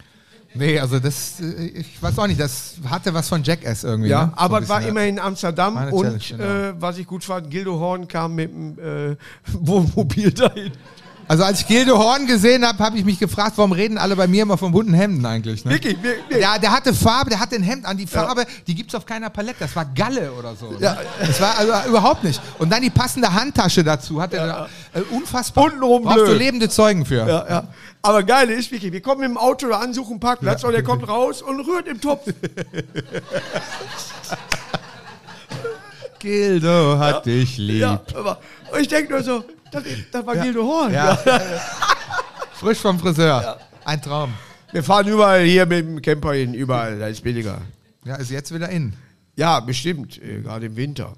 Speaker 3: Nee, also das, äh, ich weiß auch nicht, das hatte was von Jackass irgendwie.
Speaker 2: Ja,
Speaker 3: ne? So
Speaker 2: aber
Speaker 3: ein
Speaker 2: es war
Speaker 3: bisschen, ja.
Speaker 2: immerhin Amsterdam
Speaker 3: Meine
Speaker 2: und
Speaker 3: Challenge, genau.
Speaker 2: äh, was ich gut fand, Gildo Horn kam mit dem äh, Wohnmobil dahin.
Speaker 3: Also als ich Gildo Horn gesehen habe, habe ich mich gefragt, warum reden alle bei mir immer von bunten Hemden eigentlich? Ne?
Speaker 2: Wirklich, wir, wir,
Speaker 3: Ja, der hatte Farbe, der hatte ein Hemd an, die Farbe, die gibt's auf keiner Palette, das war Galle oder so. Ja. Ne? Das war also überhaupt nicht. Und dann die passende Handtasche dazu, hat er äh, unfassbar.
Speaker 2: Untenrum
Speaker 3: Brauchst du
Speaker 2: blöd.
Speaker 3: lebende Zeugen für.
Speaker 2: Ja, ja. Aber geil ist wirklich, wir kommen im Auto da an, suchen einen Parkplatz und er kommt raus und rührt im Topf.
Speaker 3: Gildo hat dich lieb.
Speaker 2: Ja, aber und ich denke nur so, das, das war Gildo Horn.
Speaker 3: Ja. Frisch vom Friseur. Ein Traum.
Speaker 2: Wir fahren überall hier mit dem Camper hin, überall, da ist billiger.
Speaker 3: Ja, ist jetzt wieder in.
Speaker 2: Ja, bestimmt, äh, gerade im Winter.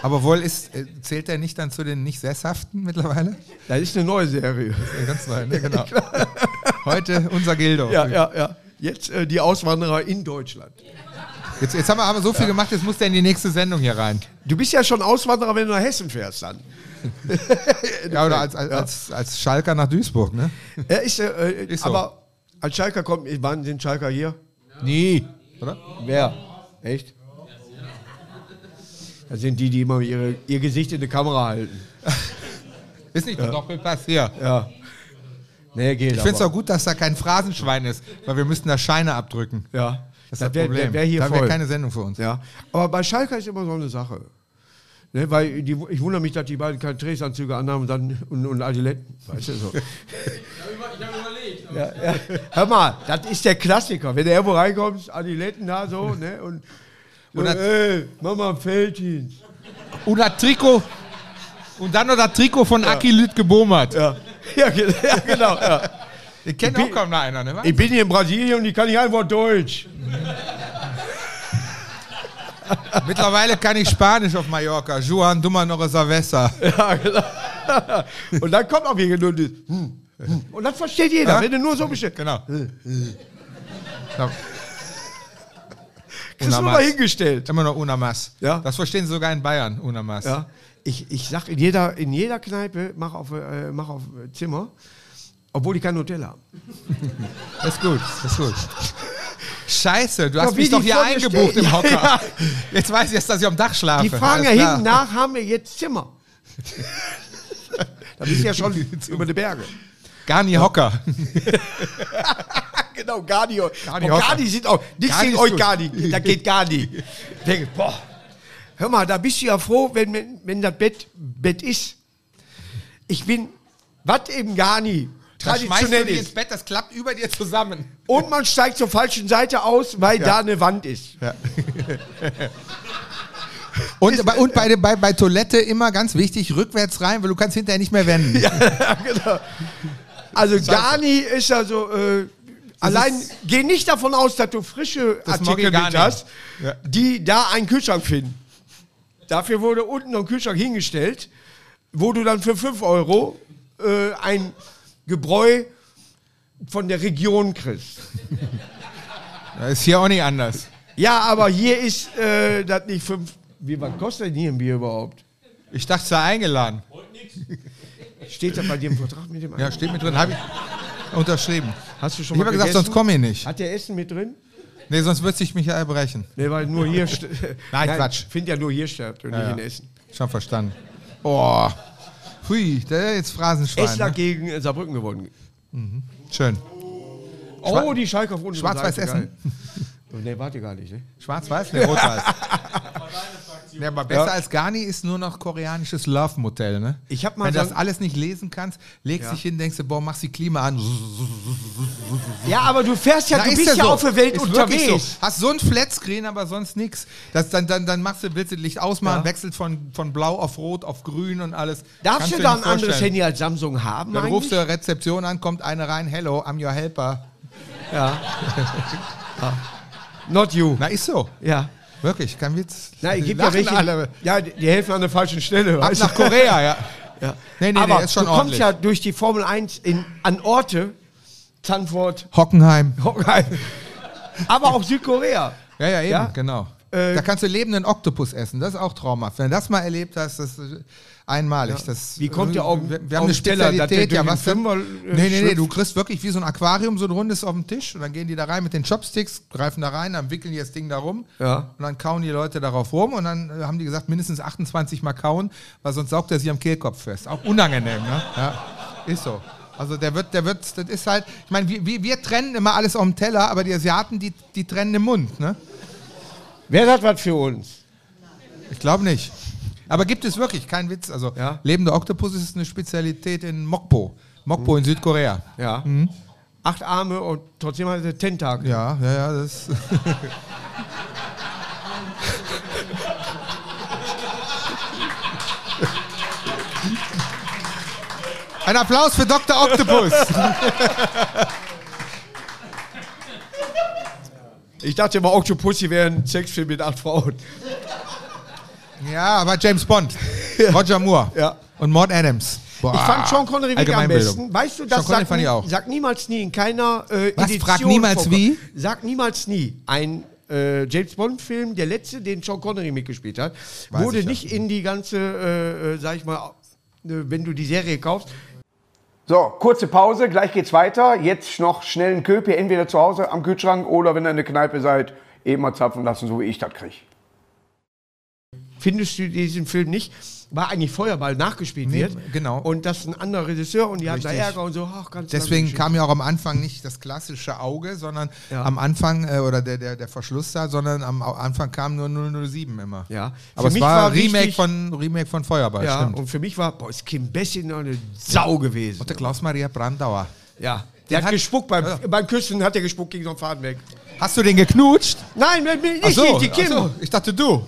Speaker 3: Aber wohl ist, äh, zählt er nicht dann zu den nicht sesshaften mittlerweile?
Speaker 2: Das ist eine neue Serie.
Speaker 3: Ja, ganz neu, ne? Genau. Heute unser Gildo.
Speaker 2: Ja, ja, ja. Jetzt äh, die Auswanderer in Deutschland.
Speaker 3: Jetzt, jetzt haben wir aber so viel gemacht, jetzt muss der in die nächste Sendung hier rein.
Speaker 2: Du bist ja schon Auswanderer, wenn du nach Hessen fährst dann.
Speaker 3: Ja, oder als, als, als, als Schalker nach Duisburg, ne?
Speaker 2: Er ist, äh, äh,
Speaker 3: Ist so.
Speaker 2: aber als Schalker kommt, wann sind Schalker hier?
Speaker 3: Nie. Oder?
Speaker 2: Wer? Echt? Das sind die, die immer ihre, ihr Gesicht in die Kamera halten.
Speaker 3: Ist nicht der Doppelpass hier.
Speaker 2: Ja. Nee, geht
Speaker 3: Ich finde es auch gut, dass da kein Phrasenschwein ist, weil wir müssten da Scheine abdrücken.
Speaker 2: Ja.
Speaker 3: Das ist
Speaker 2: das
Speaker 3: das
Speaker 2: wäre
Speaker 3: Problem.
Speaker 2: wär, wär hier
Speaker 3: da
Speaker 2: voll.
Speaker 3: wäre keine Sendung für uns.
Speaker 2: ja. Aber bei Schalker ist immer so eine Sache. Ne, weil die, ich wundere mich, dass die beiden keine Dresanzüge anhaben und, dann, und, und Adiletten. Weißt du so.
Speaker 4: Ich habe überlegt.
Speaker 2: Ja, ja. Hör mal, das ist der Klassiker. Wenn du irgendwo reinkommst, an die Letten da so, ne? Und, so,
Speaker 3: Und dann-
Speaker 2: ey, Mama Feldin.
Speaker 3: Und das Trikot. Und dann noch das Trikot von Aki Lüdke Bomert.
Speaker 2: Ja. Ja, ge- ja, genau. Ja.
Speaker 3: Den kennt
Speaker 2: Ich
Speaker 3: auch
Speaker 2: bin-
Speaker 3: kaum noch einer, ne? wa?
Speaker 2: Ich bin hier in Brasilien und ich kann nicht einfach Deutsch.
Speaker 3: Mittlerweile kann ich Spanisch auf Mallorca. Juan Dummer noch Savessa.
Speaker 2: Ja, genau. Und dann kommt auch wieder nur das. hm, hm. Und das versteht jeder,
Speaker 3: Ja.
Speaker 2: wenn du nur so bestellst.
Speaker 3: Genau.
Speaker 2: Kriegst du nur mal hingestellt.
Speaker 3: Immer noch Unamas.
Speaker 2: Ja.
Speaker 3: Das verstehen sie sogar in Bayern, Unamas.
Speaker 2: Ja. Ich, ich sag in jeder, in jeder Kneipe, mach auf, äh, mach auf äh, Zimmer, obwohl die kein Hotel haben.
Speaker 3: Das ist gut, das ist gut. Scheiße, du
Speaker 2: Ja,
Speaker 3: hast
Speaker 2: wie
Speaker 3: mich
Speaker 2: die
Speaker 3: doch hier
Speaker 2: vor mir
Speaker 3: eingebucht
Speaker 2: stehen.
Speaker 3: im Hocker.
Speaker 2: Ja.
Speaker 3: Jetzt weiß ich jetzt, dass ich am Dach schlafe.
Speaker 2: Die fragen ja
Speaker 3: Alles klar.
Speaker 2: hinten nach, haben wir jetzt Zimmer? da bist du ja schon über die Berge.
Speaker 3: Garni Hocker.
Speaker 2: Genau, Gardi. Gardi,
Speaker 3: Hocker.
Speaker 2: Gardi sind auch, nichts
Speaker 3: Gardi
Speaker 2: gegen
Speaker 3: ist
Speaker 2: euch
Speaker 3: gut.
Speaker 2: Gardi, da geht Gardi. Ich denke, boah, hör mal, da bist du ja froh, wenn, wenn, wenn das Bett, Bett ist. Ich bin, was eben Garni
Speaker 3: Da schmeißt
Speaker 2: traditionell
Speaker 3: du dich ins
Speaker 2: ist.
Speaker 3: Bett, das klappt über dir zusammen.
Speaker 2: Und man steigt zur falschen Seite aus, weil da eine Wand ist.
Speaker 3: Und, bei, und bei, der- bei, bei Toilette immer ganz wichtig, rückwärts rein, weil du kannst hinterher nicht mehr wenden.
Speaker 2: Genau. Also Garni ist also, äh, allein, geh nicht davon aus, dass du frische
Speaker 3: Das mag ich
Speaker 2: Artikel
Speaker 3: gar
Speaker 2: mit
Speaker 3: nicht.
Speaker 2: hast,
Speaker 3: Ja.
Speaker 2: die da einen Kühlschrank finden. Dafür wurde unten noch ein Kühlschrank hingestellt, wo du dann für 5 Euro äh, ein Gebräu von der Region kriegst.
Speaker 3: Das ist hier auch nicht anders.
Speaker 2: Ja, aber hier ist äh, das nicht 5... Wie, was kostet denn hier ein Bier überhaupt?
Speaker 3: Ich dachte, es sei eingeladen.
Speaker 2: Steht das bei dir im Vertrag mit dem
Speaker 3: Ja, steht mit drin. Habe ich unterschrieben.
Speaker 2: Hast du schon
Speaker 3: Ich habe gesagt, sonst komme ich nicht.
Speaker 2: Hat der Essen mit drin?
Speaker 3: Nee, sonst würde ich mich ja erbrechen.
Speaker 2: Nee, weil nur hier. st-
Speaker 3: Nein, Quatsch.
Speaker 2: Find ja nur hier statt und
Speaker 3: Ja,
Speaker 2: nicht
Speaker 3: ja.
Speaker 2: in Essen.
Speaker 3: Schon verstanden. Oh. Hui, der ist jetzt Phrasenschwein.
Speaker 2: Essener
Speaker 3: Ne?
Speaker 2: gegen äh, Saarbrücken gewonnen.
Speaker 3: Schön.
Speaker 2: Oh, die Schalke auf unserer
Speaker 3: Schwarz-Weiß
Speaker 2: Seite,
Speaker 3: Essen.
Speaker 2: geil. Oh, nee, warte gar nicht. Ne?
Speaker 3: Schwarz-Weiß, ne, rot-weiß. Ja, aber besser als Garni ist nur noch koreanisches Love-Motel, ne?
Speaker 2: Ich hab mal
Speaker 3: Wenn du
Speaker 2: so
Speaker 3: das
Speaker 2: ein-
Speaker 3: alles nicht lesen kannst, legst
Speaker 2: Ja.
Speaker 3: dich hin, denkst du, boah, machst die Klima an.
Speaker 2: Ja, aber du fährst ja,
Speaker 3: Da
Speaker 2: du
Speaker 3: ist
Speaker 2: bist ja
Speaker 3: er so.
Speaker 2: auf der Welt
Speaker 3: Ist wirklich
Speaker 2: unterwegs.
Speaker 3: So. Hast so ein Flatscreen, aber sonst nix. Das, dann, dann, dann machst du, willst du Licht ausmachen,
Speaker 2: Ja.
Speaker 3: wechselt von, von blau auf rot auf grün und alles.
Speaker 2: Darfst
Speaker 3: Kannst
Speaker 2: du
Speaker 3: dir
Speaker 2: da ein
Speaker 3: nicht
Speaker 2: anderes
Speaker 3: vorstellen.
Speaker 2: Handy als Samsung haben?
Speaker 3: Dann rufst
Speaker 2: eigentlich?
Speaker 3: du Rezeption an, kommt eine rein, hello, I'm your helper.
Speaker 2: Ja. Not you.
Speaker 3: Na, ist so.
Speaker 2: Ja.
Speaker 3: Wirklich, kein Witz.
Speaker 2: Na,
Speaker 3: Die
Speaker 2: es gibt ja
Speaker 3: lachen
Speaker 2: welche.
Speaker 3: alle.
Speaker 2: Ja, die die helfen an der falschen Stelle.
Speaker 3: Ab
Speaker 2: weißt du?
Speaker 3: nach Korea, ja.
Speaker 2: Ja.
Speaker 3: Nee, nee,
Speaker 2: aber
Speaker 3: nee, ist schon
Speaker 2: du kommst
Speaker 3: ordentlich.
Speaker 2: ja durch die Formel 1 in, an Orte, Zandvoort,
Speaker 3: Hockenheim.
Speaker 2: Hockey, aber auch Südkorea.
Speaker 3: Ja, ja, eben,
Speaker 2: Ja?
Speaker 3: genau.
Speaker 2: Äh,
Speaker 3: da kannst du lebenden Oktopus essen, das ist auch traumhaft. Wenn du das mal erlebt hast, das ist einmalig. Das, äh,
Speaker 2: Wie kommt der auf-
Speaker 3: Wir,
Speaker 2: auf
Speaker 3: wir haben eine
Speaker 2: den Teller, dass der
Speaker 3: Spezialität,
Speaker 2: durch
Speaker 3: ja,
Speaker 2: den
Speaker 3: was denn?
Speaker 2: Fünfer, äh,
Speaker 3: Nee, nee, nee,
Speaker 2: schlüpft?
Speaker 3: du kriegst wirklich wie so ein Aquarium, so ein rundes auf dem Tisch und dann gehen die da rein mit den Chopsticks, greifen da rein, dann wickeln die das Ding da rum
Speaker 2: Ja.
Speaker 3: und dann kauen die Leute darauf rum und dann äh, haben die gesagt, mindestens 28 Mal kauen, weil sonst saugt er sich am Kehlkopf fest. Auch unangenehm, ne? Ja, ist so. Also der wird, der wird, das ist halt, ich meine, wir, wir, wir trennen immer alles auf dem Teller, aber die Asiaten, die, die trennen im Mund, ne?
Speaker 2: Wer hat was für uns?
Speaker 3: Ich glaube nicht. Aber gibt es wirklich, kein Witz. Also
Speaker 2: Ja.
Speaker 3: lebender Oktopus ist eine Spezialität in Mokpo. Mokpo in Südkorea.
Speaker 2: Ja. Acht Arme und trotzdem hat er Tentakel.
Speaker 3: Mhm. Ja, ja, ja, das. Ein Applaus für Dr. Octopus.
Speaker 2: Ich dachte immer, Octopussy wäre ein Sexfilm mit acht Frauen.
Speaker 3: ja, aber James Bond. Roger Moore.
Speaker 2: Ja.
Speaker 3: Und Maud Adams. Boah.
Speaker 2: Ich fand Sean Connery wirklich am
Speaker 3: Allgemeinbildung.
Speaker 2: besten. Weißt du,
Speaker 3: Sean
Speaker 2: das
Speaker 3: Connery
Speaker 2: sagt,
Speaker 3: fand ich
Speaker 2: nie-
Speaker 3: auch.
Speaker 2: sagt niemals nie in keiner äh,
Speaker 3: Was? Frag niemals
Speaker 2: vor-
Speaker 3: wie?
Speaker 2: Sagt niemals nie. Ein äh, James Bond Film, der letzte, den Sean Connery mitgespielt hat,
Speaker 3: Weiß
Speaker 2: wurde
Speaker 3: ich ja.
Speaker 2: nicht in die ganze, äh, äh, sag ich mal, äh, wenn du die Serie kaufst,
Speaker 1: So, kurze Pause, gleich geht's weiter. Jetzt noch schnell einen Köpi, entweder zu Hause am Kühlschrank oder wenn ihr in der Kneipe seid, eben mal zapfen lassen, so wie ich das kriege.
Speaker 2: findest du diesen Film nicht, war eigentlich Feuerball nachgespielt
Speaker 3: Nee,
Speaker 2: wird.
Speaker 3: genau.
Speaker 2: Und das ist ein anderer Regisseur und die hatten da
Speaker 3: Richtig.
Speaker 2: Ärger und so. Ach, ganz
Speaker 3: Deswegen
Speaker 2: lange
Speaker 3: kam ja auch am Anfang nicht das klassische Auge, sondern
Speaker 2: Ja.
Speaker 3: am Anfang, äh, oder der, der, der Verschluss da, sondern am Au- Anfang kam nur 007 immer.
Speaker 2: Ja.
Speaker 3: Aber
Speaker 2: Für
Speaker 3: es
Speaker 2: mich
Speaker 3: war,
Speaker 2: war
Speaker 3: Remake,
Speaker 2: wichtig-
Speaker 3: von, Remake von Feuerball,
Speaker 2: Ja,
Speaker 3: stimmt.
Speaker 2: und für mich war, boah, ist Kim Bessinger eine Sau gewesen.
Speaker 3: Und der Klaus-Maria Brandauer.
Speaker 2: Ja, Der hat, gespuckt beim, beim Küssen, hat er gespuckt gegen so einen Faden weg.
Speaker 3: Hast du den geknutscht?
Speaker 2: Nein, mit mir nicht,
Speaker 3: Ach so,
Speaker 2: die
Speaker 3: ach
Speaker 2: Kim.
Speaker 3: so, ich dachte du.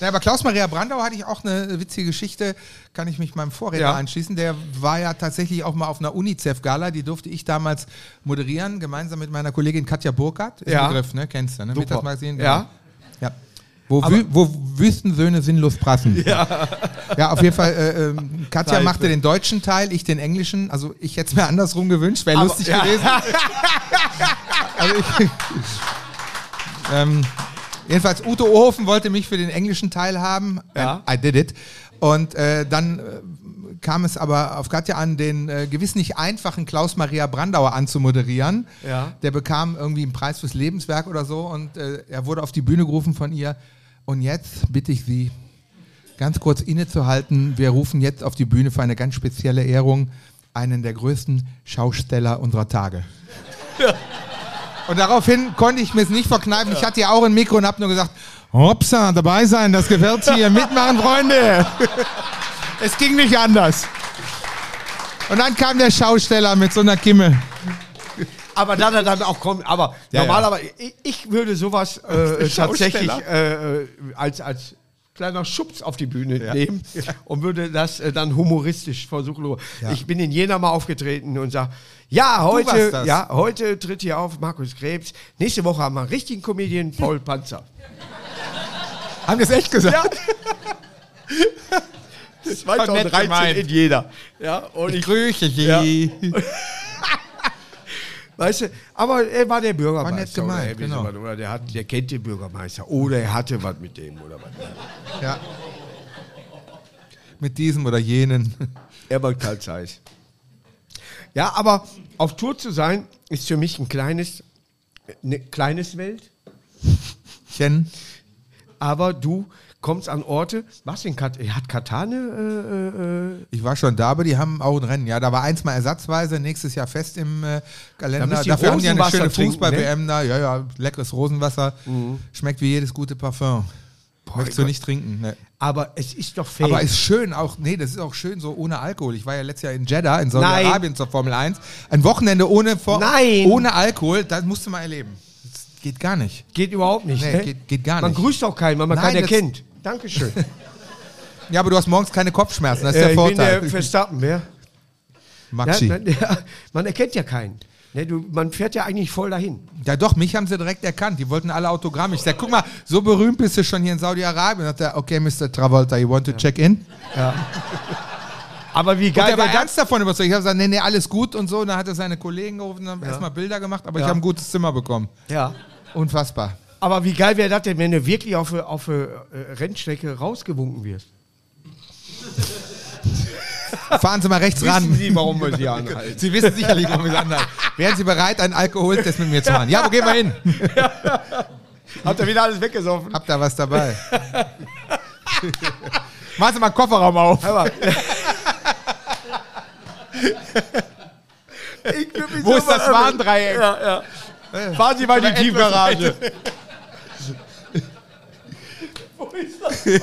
Speaker 3: Ja, aber Klaus-Maria Brandau hatte ich auch eine witzige Geschichte, kann ich mich meinem Vorredner
Speaker 2: Ja.
Speaker 3: anschließen. Der war ja tatsächlich auch mal auf einer UNICEF-Gala, die durfte ich damals moderieren, gemeinsam mit meiner Kollegin Katja Burkhardt. Ist
Speaker 2: Ja.
Speaker 3: ein Begriff, ne? Kennst du, ne? Mittagsmagazin. genau.
Speaker 2: Ja.
Speaker 3: ja. Wo, Wü wo Wüstensöhne sinnlos prassen. Ja, ja auf jeden Fall. Äh, ähm, Katja
Speaker 2: Seife.
Speaker 3: machte den deutschen Teil, ich den englischen. Also ich hätte es mir andersrum gewünscht, wäre
Speaker 2: Aber-
Speaker 3: lustig
Speaker 2: ja.
Speaker 3: gewesen. also ich, ähm, jedenfalls, Ute Ohofen wollte mich für den englischen Teil haben.
Speaker 2: Ja.
Speaker 3: And I did it. Und äh, dann äh, kam es aber auf Katja an, den äh, gewiss nicht einfachen Klaus-Maria Brandauer anzumoderieren.
Speaker 2: Ja.
Speaker 3: Der bekam irgendwie einen Preis fürs Lebenswerk oder so und äh, er wurde auf die Bühne gerufen von ihr. Und jetzt bitte ich Sie, ganz kurz innezuhalten. Wir rufen jetzt auf die Bühne für eine ganz spezielle Ehrung einen der größten Schausteller unserer Tage. Und daraufhin konnte ich mir es nicht verkneifen. Ich hatte ja auch ein Mikro und habe nur gesagt, Hopsa, dabei sein, das gefällt hier. Mitmachen, Freunde. es ging nicht anders. Und dann kam der Schausteller mit so einer Kimme.
Speaker 2: Aber dann, dann auch kommt, aber
Speaker 3: Ja,
Speaker 2: normalerweise, Ich, ich würde sowas äh, tatsächlich
Speaker 3: Schausteller.
Speaker 2: äh, äh, als, als kleiner Schubs auf die Bühne nehmen und würde das äh, dann humoristisch versuchen. Ich bin in Jena mal aufgetreten und sage, ja,
Speaker 3: warst
Speaker 2: heute,
Speaker 3: das.
Speaker 2: ja, heute tritt hier auf Markus Krebs. Nächste Woche haben wir einen richtigen Comedian, Paul Panzer.
Speaker 3: Haben das echt gesagt?
Speaker 2: Ja.
Speaker 3: nett
Speaker 2: 2013
Speaker 3: gemeint.
Speaker 2: in Jena. Ja, und ich,
Speaker 3: grüße Sie.
Speaker 2: Ja. Weißt du, aber er war der Bürgermeister.
Speaker 3: War nett gemeint,
Speaker 2: oder, irgendwie
Speaker 3: genau.
Speaker 2: sowas. oder der, hat, der kennt den Bürgermeister. Oder er hatte was mit dem oder was.
Speaker 3: Ja. Mit diesem oder jenen.
Speaker 2: Er war Karl Zeiss. Ja, aber auf Tour zu sein, ist für mich ein kleines, ne, kleines Welt.
Speaker 3: Chen.
Speaker 2: Aber du kommst an Orte. Was in Kat hat Katane? Äh, äh, äh,
Speaker 3: Ich war schon da, aber die haben auch ein Rennen. Ja, da war eins mal ersatzweise, nächstes Jahr fest im äh,
Speaker 2: Da
Speaker 3: Kalender.
Speaker 2: müsst ihr
Speaker 3: Dafür haben die eine
Speaker 2: Rosenwasser
Speaker 3: schöne
Speaker 2: trinken, ne? Mhm.
Speaker 3: Fußball-WM da. Ja, ja, leckeres Rosenwasser. Schmeckt wie jedes gute Parfum. Möchtest du nicht trinken. Ne.
Speaker 2: aber es ist doch fair.
Speaker 3: Aber ist schön auch, nee, das ist auch schön so ohne Alkohol. Ich war ja letztes Jahr in Jeddah, in Saudi-Arabien zur Formel 1. Ein Wochenende ohne, Vor
Speaker 2: Nein.
Speaker 3: ohne Alkohol, das musst du mal erleben. Das geht gar nicht.
Speaker 2: geht überhaupt nicht.
Speaker 3: Nee,
Speaker 2: ne?
Speaker 3: geht- geht gar
Speaker 2: Man
Speaker 3: nicht.
Speaker 2: grüßt auch keinen, weil man
Speaker 3: Nein,
Speaker 2: keinen
Speaker 3: das-
Speaker 2: erkennt. Dankeschön.
Speaker 3: Ja, aber du hast morgens keine Kopfschmerzen, das
Speaker 2: Äh,
Speaker 3: ist der
Speaker 2: ich bin
Speaker 3: Vorteil.
Speaker 2: der Verstappen, ja. Ja,
Speaker 3: Maxi.
Speaker 2: man, ja, man erkennt ja keinen. Ne, du, man fährt ja eigentlich voll dahin.
Speaker 3: Ja doch, mich haben sie direkt erkannt. Die wollten alle Autogramme. Ich sag, guck mal, so berühmt bist du schon hier in Saudi-Arabien. Hat er, okay, Mr. Travolta, you want to check in?
Speaker 2: Aber wie
Speaker 3: Und
Speaker 2: geil
Speaker 3: er war
Speaker 2: wäre das?
Speaker 3: ernst davon überzeugt. Ich habe gesagt, nee, nee, alles gut und so. Und dann hat er seine Kollegen gerufen, haben erstmal Bilder gemacht, aber
Speaker 2: Ja.
Speaker 3: ich habe ein gutes Zimmer bekommen.
Speaker 2: Ja.
Speaker 3: Unfassbar.
Speaker 2: Aber wie geil wäre das denn, wenn du wirklich auf, eine- auf eine äh, Rennstrecke rausgewunken wirst?
Speaker 3: Fahren Sie mal rechts ran.
Speaker 2: Sie, warum wir sie anhalten?
Speaker 3: Sie wissen sicherlich, warum ich es anhalte. Wären Sie bereit, einen Alkoholtest mit mir zu machen? Ja, wo gehen wir hin?
Speaker 2: Habt ihr wieder alles weggesoffen?
Speaker 3: Habt da was dabei? Machen Sie mal den Kofferraum auf.
Speaker 2: Aber ich würd mich
Speaker 3: Wo
Speaker 2: so
Speaker 3: ist das
Speaker 2: verärgern.
Speaker 3: Warndreieck?
Speaker 2: Ja, ja. Fahren Sie mal in die Tiefgarage. Wo ist das?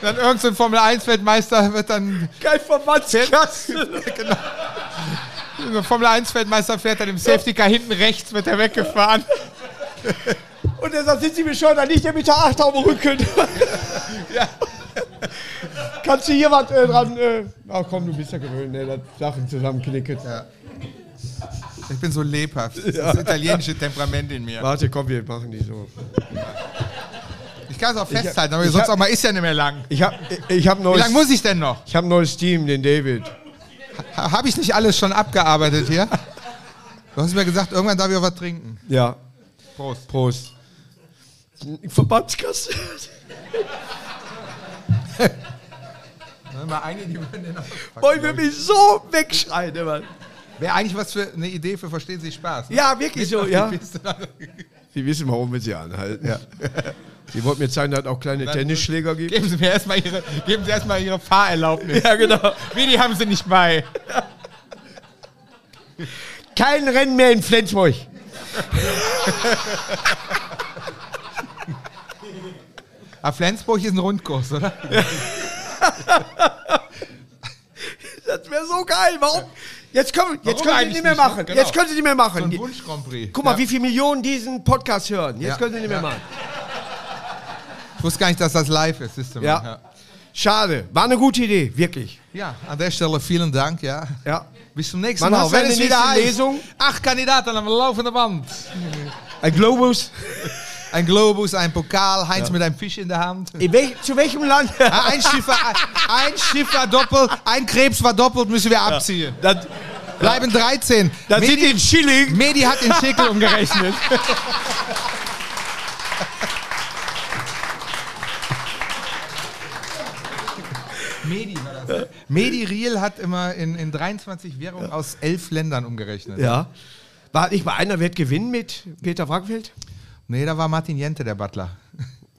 Speaker 3: Dann irgendein so ein Formel-1-Weltmeister wird dann Genau.
Speaker 2: Kein Verbandskasten.
Speaker 3: Der Formel-1-Weltmeister fährt dann im Safety Car hinten rechts, wird er weggefahren.
Speaker 2: Und er sagt, sind Sie bescheuert, dann liegt der Meter 8 auf dem Rücken. Kannst du hier was äh, dran... Äh, ach komm, du bist ja gewöhnt, ne, dass Sachen zusammenknicken.
Speaker 3: Ich bin so lebhaft. Das, ist das italienische Temperament in mir.
Speaker 2: Warte, komm, wir machen die so.
Speaker 3: Ich kann es auch festhalten, aber
Speaker 2: ich
Speaker 3: sonst
Speaker 2: hab-
Speaker 3: auch mal ist ja nicht mehr lang.
Speaker 2: Ich hab, ich hab
Speaker 3: Wie
Speaker 2: neues,
Speaker 3: lange muss ich denn noch?
Speaker 2: ich hab neues Team, den David.
Speaker 3: Habe ich nicht alles schon abgearbeitet hier? Du hast mir gesagt, irgendwann darf ich auch was trinken.
Speaker 2: Ja,
Speaker 3: Prost.
Speaker 2: Prost. Verbandskasse. Ne,
Speaker 3: Mal eine, die würden den auch-
Speaker 2: Boah, ich will mich so wegschreien, Mann.
Speaker 3: Wäre eigentlich was für eine Idee für Verstehen Sie Spaß. ne?
Speaker 2: Ja, wirklich so, ja.
Speaker 3: Wisst ihr?
Speaker 2: Die wissen, warum wir sie anhalten. Ja. Sie wollten mir zeigen, dass es auch kleine Tennisschläger gibt.
Speaker 3: Geben Sie mir erstmal Ihre, geben Sie erstmal Ihre Fahrerlaubnis.
Speaker 2: Ja, genau.
Speaker 3: Wie, die haben Sie nicht bei.
Speaker 2: Kein Rennen mehr in Flensburg.
Speaker 3: Aber Ah, Flensburg ist ein Rundkurs, oder?
Speaker 2: Das wäre so geil. Warum? Jetzt können, jetzt
Speaker 3: Warum
Speaker 2: können sie
Speaker 3: eigentlich
Speaker 2: nicht mehr
Speaker 3: nicht, ne?
Speaker 2: machen.
Speaker 3: Genau.
Speaker 2: Jetzt können sie nicht mehr machen.
Speaker 3: So ein
Speaker 2: Die-
Speaker 3: Wunsch-Grand Prix.
Speaker 2: Guck mal,
Speaker 3: Ja.
Speaker 2: wie viele Millionen diesen Podcast hören. Jetzt
Speaker 3: Ja.
Speaker 2: können sie nicht mehr
Speaker 3: Ja.
Speaker 2: machen.
Speaker 3: Ich wusste gar nicht, dass das live ist. siehst du mal.
Speaker 2: Ja. Schade. War eine gute Idee, wirklich.
Speaker 3: ja. ja, an der Stelle vielen Dank. Ja.
Speaker 2: Ja.
Speaker 3: Bis zum nächsten
Speaker 2: Wann
Speaker 3: Mal.
Speaker 2: hast du
Speaker 3: Wenn
Speaker 2: eine
Speaker 3: es
Speaker 2: nächste
Speaker 3: wieder heißt,
Speaker 2: Lesung?
Speaker 3: acht Kandidaten am laufenden Band.
Speaker 2: Ein Globus.
Speaker 3: Ein Globus, ein Pokal, Heinz mit einem Fisch in der Hand.
Speaker 2: In wel zu welchem Land?
Speaker 3: Ah, Ein Schiff, war, ein Schiff war doppelt, ein Krebs war doppelt, müssen wir abziehen.
Speaker 2: Das,
Speaker 3: Bleiben 13.
Speaker 2: das sind
Speaker 3: Medi,
Speaker 2: in Schilling.
Speaker 3: Medi hat in Schickel umgerechnet. Medi war das. ne? Medi Riel hat immer in, in 23 Währungen aus elf Ländern umgerechnet.
Speaker 2: Ja. War nicht bei einer wird gewinnen mit Peter Frankfeld?
Speaker 3: Nee, da war Martin Jente der Butler.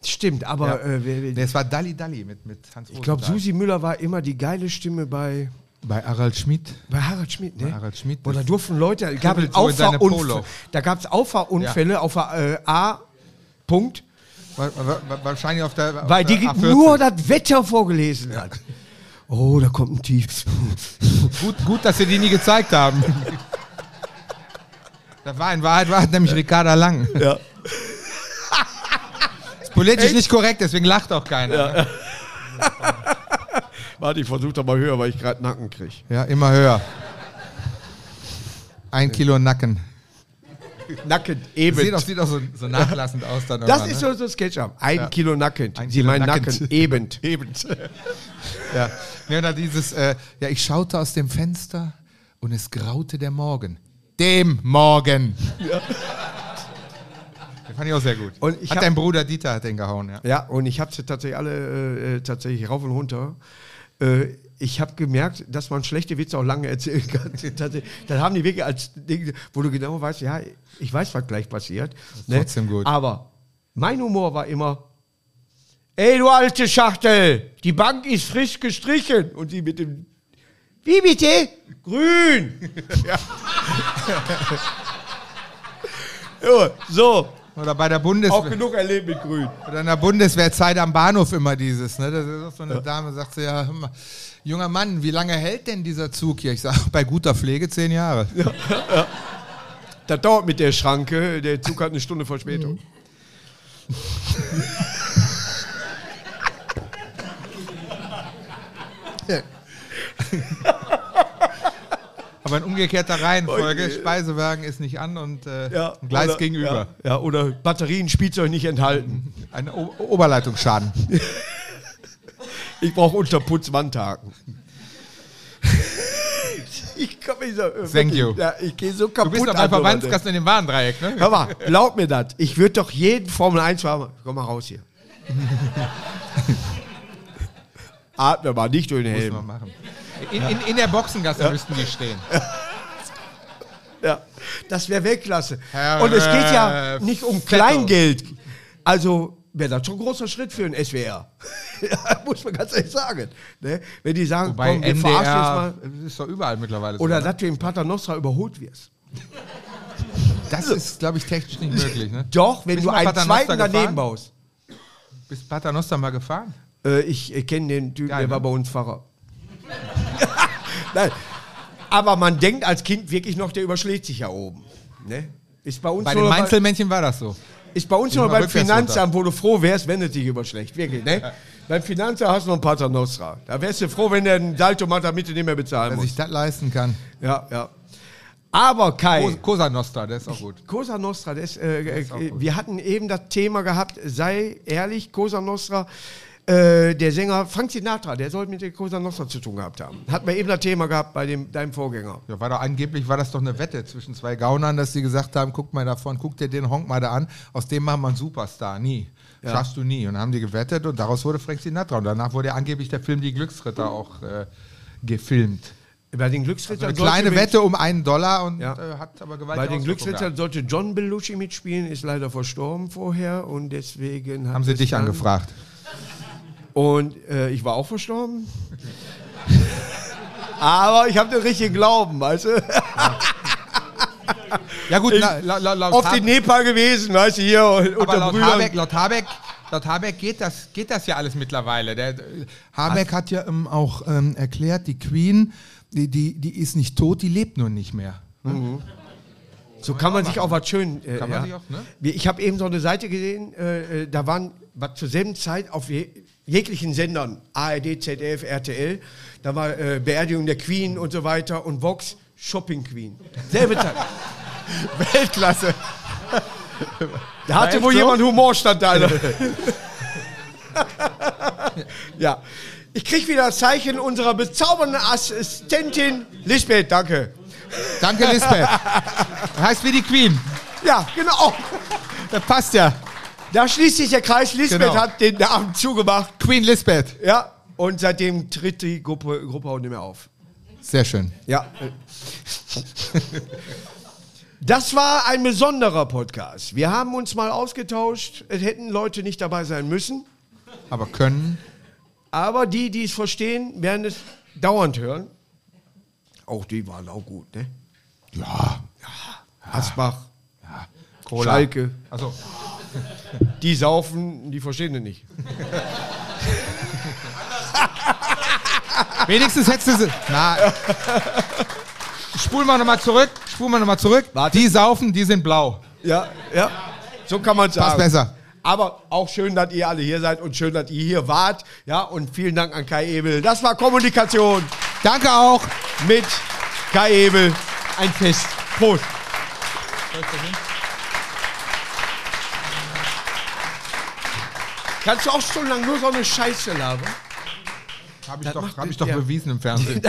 Speaker 2: Stimmt, aber äh, wer- wer-
Speaker 3: Nee, es war Dalli Dalli mit, mit Hans
Speaker 2: ich glaube, Susi Müller war immer die geile Stimme bei,
Speaker 3: Bei Harald Schmidt.
Speaker 2: bei Harald Schmidt. Ne?
Speaker 3: Bei Harald Schmidt.
Speaker 2: Und da durften Leute, gab es
Speaker 3: so in deine
Speaker 2: Auffahrunfälle,
Speaker 3: Polo.
Speaker 2: da gab es Auffahrunfälle auf der, äh, A. Punkt,
Speaker 3: Wa- wa- wa- Wahrscheinlich auf der. Auf
Speaker 2: weil die
Speaker 3: der A14.
Speaker 2: nur das Wetter vorgelesen hat. Oh, da kommt ein Tief.
Speaker 3: Gut, gut, dass sie die nie gezeigt haben. Das war in Wahrheit, war nämlich Ricarda Lang.
Speaker 2: Ja.
Speaker 3: Ist politisch nicht korrekt, deswegen lacht auch keiner. ne? Ja,
Speaker 2: Warte, ich versuche doch mal höher, weil ich gerade Nacken kriege.
Speaker 3: immer höher. Ein Kilo Nacken.
Speaker 2: Nacken,
Speaker 3: Sieht
Speaker 2: eben.
Speaker 3: auch, sieht auch so, so nachlassend aus. Dann
Speaker 2: Das
Speaker 3: immer,
Speaker 2: ist
Speaker 3: ne?
Speaker 2: so, so Sketchup. Ein Kilo Nacken.
Speaker 3: Ein
Speaker 2: Sie
Speaker 3: Kilo
Speaker 2: meinen
Speaker 3: nackend.
Speaker 2: Nacken, eben.
Speaker 3: Eben. ja. ja, und dann dieses, äh, ja, ich schaute aus dem Fenster und es graute der Morgen. Dem Morgen. Den fand ich auch sehr gut.
Speaker 2: Und ich
Speaker 3: hat
Speaker 2: hab-
Speaker 3: dein Bruder Dieter hat den gehauen, ja.
Speaker 2: Ja, und ich habe sie tatsächlich alle äh, äh, tatsächlich rauf und runter. Äh, ich habe gemerkt, dass man schlechte Witze auch lange erzählen kann. Tatsächlich. Dann haben die wirklich als Ding, wo du genau weißt, ja, ich weiß, was gleich passiert. ne?
Speaker 3: trotzdem gut.
Speaker 2: Aber mein Humor war immer, ey, du alte Schachtel, die Bank ist frisch gestrichen. Und die mit dem, wie bitte? Grün. ja. so,
Speaker 3: Oder bei der
Speaker 2: auch
Speaker 3: Bundeswehr.
Speaker 2: genug erlebt mit Grün.
Speaker 3: Oder in der Bundeswehrzeit am Bahnhof immer dieses, ne? Das ist auch so eine Dame, sagt sie, ja, hör mal, junger Mann, wie lange hält denn dieser Zug hier? Ich sage, bei guter Pflege zehn Jahre.
Speaker 2: Das dauert mit der Schranke. Der Zug hat eine Stunde
Speaker 3: Mhm.
Speaker 2: Verspätung.
Speaker 3: Aber in umgekehrter Reihenfolge, Speisewagen ist nicht an und äh, ein Gleis
Speaker 2: oder-
Speaker 3: gegenüber.
Speaker 2: Ja, ja, oder Batterien, Spielzeug nicht enthalten.
Speaker 3: Ein o Oberleitungsschaden.
Speaker 2: Ich brauche Unterputz, Wandhaken. ich komme so. äh,
Speaker 3: Thank
Speaker 2: wirklich,
Speaker 3: you.
Speaker 2: Ja, ich gehe so
Speaker 3: Du
Speaker 2: kaputt.
Speaker 3: bist doch
Speaker 2: an
Speaker 3: beim
Speaker 2: sowas,
Speaker 3: Verbandskasten in dem Warndreieck,
Speaker 2: ey.
Speaker 3: ne?
Speaker 2: Hör mal, glaub mir das. Ich würde doch jeden Formel 1 fahren. Komm mal raus hier. Atme mal, nicht durch den
Speaker 3: Müssen wir
Speaker 2: Helm.
Speaker 3: machen. In, in, in der Boxengasse müssten die stehen.
Speaker 2: Ja. Das wäre Weltklasse.
Speaker 3: Herr,
Speaker 2: Und es geht ja
Speaker 3: äh,
Speaker 2: nicht um
Speaker 3: Vettel.
Speaker 2: Kleingeld. Also wäre das schon ein großer Schritt für den SWR. ja, muss man ganz ehrlich sagen. Ne? Wenn die sagen,
Speaker 3: Bei
Speaker 2: komm, wir verarschen
Speaker 3: NDR
Speaker 2: uns mal.
Speaker 3: ist doch überall mittlerweile so.
Speaker 2: Oder dass du in Paternoster überholt wirst.
Speaker 3: das ist, glaube ich, technisch nicht möglich, ne?
Speaker 2: Doch, wenn
Speaker 3: Bist
Speaker 2: du
Speaker 3: du mal
Speaker 2: einen
Speaker 3: Paternoster
Speaker 2: zweiten daneben
Speaker 3: gefahren?
Speaker 2: baust.
Speaker 3: Bist Paternoster mal gefahren?
Speaker 2: Äh, ich äh, kenne den Typen,
Speaker 3: Geil,
Speaker 2: der
Speaker 3: ne?
Speaker 2: war bei uns Pfarrer. Nein. Aber man denkt als Kind wirklich noch, der überschlägt sich ja oben. Ne? Ist bei uns
Speaker 3: Bei
Speaker 2: nur
Speaker 3: den
Speaker 2: noch bei-
Speaker 3: Einzelmännchen war das so.
Speaker 2: Ist bei uns nur
Speaker 3: mal
Speaker 2: beim
Speaker 3: rückwärts
Speaker 2: Finanzamt, wo du froh wärst, wenn es dich überschlägt. Wirklich, ne? Beim Finanzamt hast du noch ein Pater Nostra. Da wärst du froh, wenn der einen Daltomat damit du nicht mehr bezahlen
Speaker 3: Dass ich
Speaker 2: musst.
Speaker 3: das leisten kann.
Speaker 2: Ja, ja. Aber Kai,
Speaker 3: Kos- Cosa Nostra, der ist auch gut.
Speaker 2: Cosa Nostra, das, äh,
Speaker 3: ist auch
Speaker 2: äh,
Speaker 3: gut.
Speaker 2: wir hatten eben das Thema gehabt, sei ehrlich, Cosa Nostra, äh, der Sänger Frank Sinatra, der soll mit der Cosa Nostra zu tun gehabt haben. Hat man eben das Thema gehabt bei dem, deinem Vorgänger.
Speaker 3: Ja, war doch, angeblich war das doch eine Wette zwischen zwei Gaunern, dass die gesagt haben, guck mal davon, guck dir den Honk mal da an, aus dem machen wir einen Superstar, nie. Schaffst du nie. Und dann haben die gewettet und daraus wurde Frank Sinatra. Und danach wurde ja angeblich der Film Die Glücksritter auch äh, gefilmt.
Speaker 2: Bei den Glücksrittern.
Speaker 3: Eine
Speaker 2: sollte
Speaker 3: kleine
Speaker 2: mit-
Speaker 3: Wette um einen Dollar und
Speaker 2: Ja.
Speaker 3: äh, hat aber gewaltig
Speaker 2: Bei den Glücksrittern sollte John Belushi mitspielen, ist leider verstorben vorher und deswegen hat
Speaker 3: haben sie
Speaker 2: es
Speaker 3: dich
Speaker 2: dann-
Speaker 3: angefragt.
Speaker 2: Und äh, ich war auch verstorben. Aber ich habe den richtigen Glauben, weißt du?
Speaker 3: Ja gut,
Speaker 2: Ich-
Speaker 3: na, la, la, laut,
Speaker 2: Oft
Speaker 3: Hab-
Speaker 2: in Nepal gewesen, weißt du, hier und-
Speaker 3: aber
Speaker 2: unter
Speaker 3: laut
Speaker 2: Brüdern.
Speaker 3: Habeck, laut Habeck, laut Habeck geht, das, äh, geht das ja alles mittlerweile. Der, Habeck hat ja ähm, auch ähm, erklärt, die Queen die, die, die ist nicht tot, die lebt nur nicht mehr.
Speaker 2: So kann man sich auch was schön. Äh,
Speaker 3: Kann man sich auch, ne?
Speaker 2: Wir- Ich habe eben so eine Seite gesehen, äh, äh, da waren was zur selben Zeit auf je, jeglichen Sendern, ARD, ZDF, RTL, da war äh, Beerdigung der Queen und so weiter und Vox Shopping Queen. Selbe Zeit.
Speaker 3: Weltklasse.
Speaker 2: Da hatte
Speaker 3: echt
Speaker 2: wohl
Speaker 3: so?
Speaker 2: jemand Humor stand da. Alter. ja. Ich krieg wieder das Zeichen unserer bezaubernden Assistentin Lisbeth, danke.
Speaker 3: Danke, Lisbeth. heißt wie die Queen.
Speaker 2: Ja, genau.
Speaker 3: Das passt ja.
Speaker 2: Da schließt sich der Kreis. Lisbeth
Speaker 3: Genau.
Speaker 2: hat den Namen zugemacht.
Speaker 3: Queen Lisbeth.
Speaker 2: Ja, und seitdem tritt die Gruppe, Gruppe auch nicht mehr auf.
Speaker 3: Sehr schön.
Speaker 2: Ja. Das war ein besonderer Podcast. Wir haben uns mal ausgetauscht. Es hätten Leute nicht dabei sein müssen.
Speaker 3: Aber können.
Speaker 2: Aber die, die es verstehen, werden es dauernd hören. Auch die waren auch gut, ne? Ah,
Speaker 3: Ja.
Speaker 2: Asbach,
Speaker 3: Cola.
Speaker 2: Schalke.
Speaker 3: Also,
Speaker 2: Die saufen, die verstehen es nicht.
Speaker 3: wenigstens hättest du sie. Na. Spulen wir nochmal zurück. Spulen wir nochmal zurück.
Speaker 2: Warte.
Speaker 3: Die saufen, die sind blau.
Speaker 2: Ja, ja. So kann man sagen.
Speaker 3: Passt besser.
Speaker 2: Aber auch schön, dass ihr alle hier seid und schön, dass ihr hier wart. Ja, und vielen Dank an Kai Ebel. Das war Kommunikation
Speaker 3: Danke auch.
Speaker 2: mit Kai Ebel.
Speaker 3: Ein Fest.
Speaker 2: Prost. Kannst du auch stundenlang nur so eine Scheiße labern?
Speaker 3: Habe ich, doch-
Speaker 2: macht-
Speaker 3: hab ich doch
Speaker 2: ja.
Speaker 3: bewiesen im Fernsehen.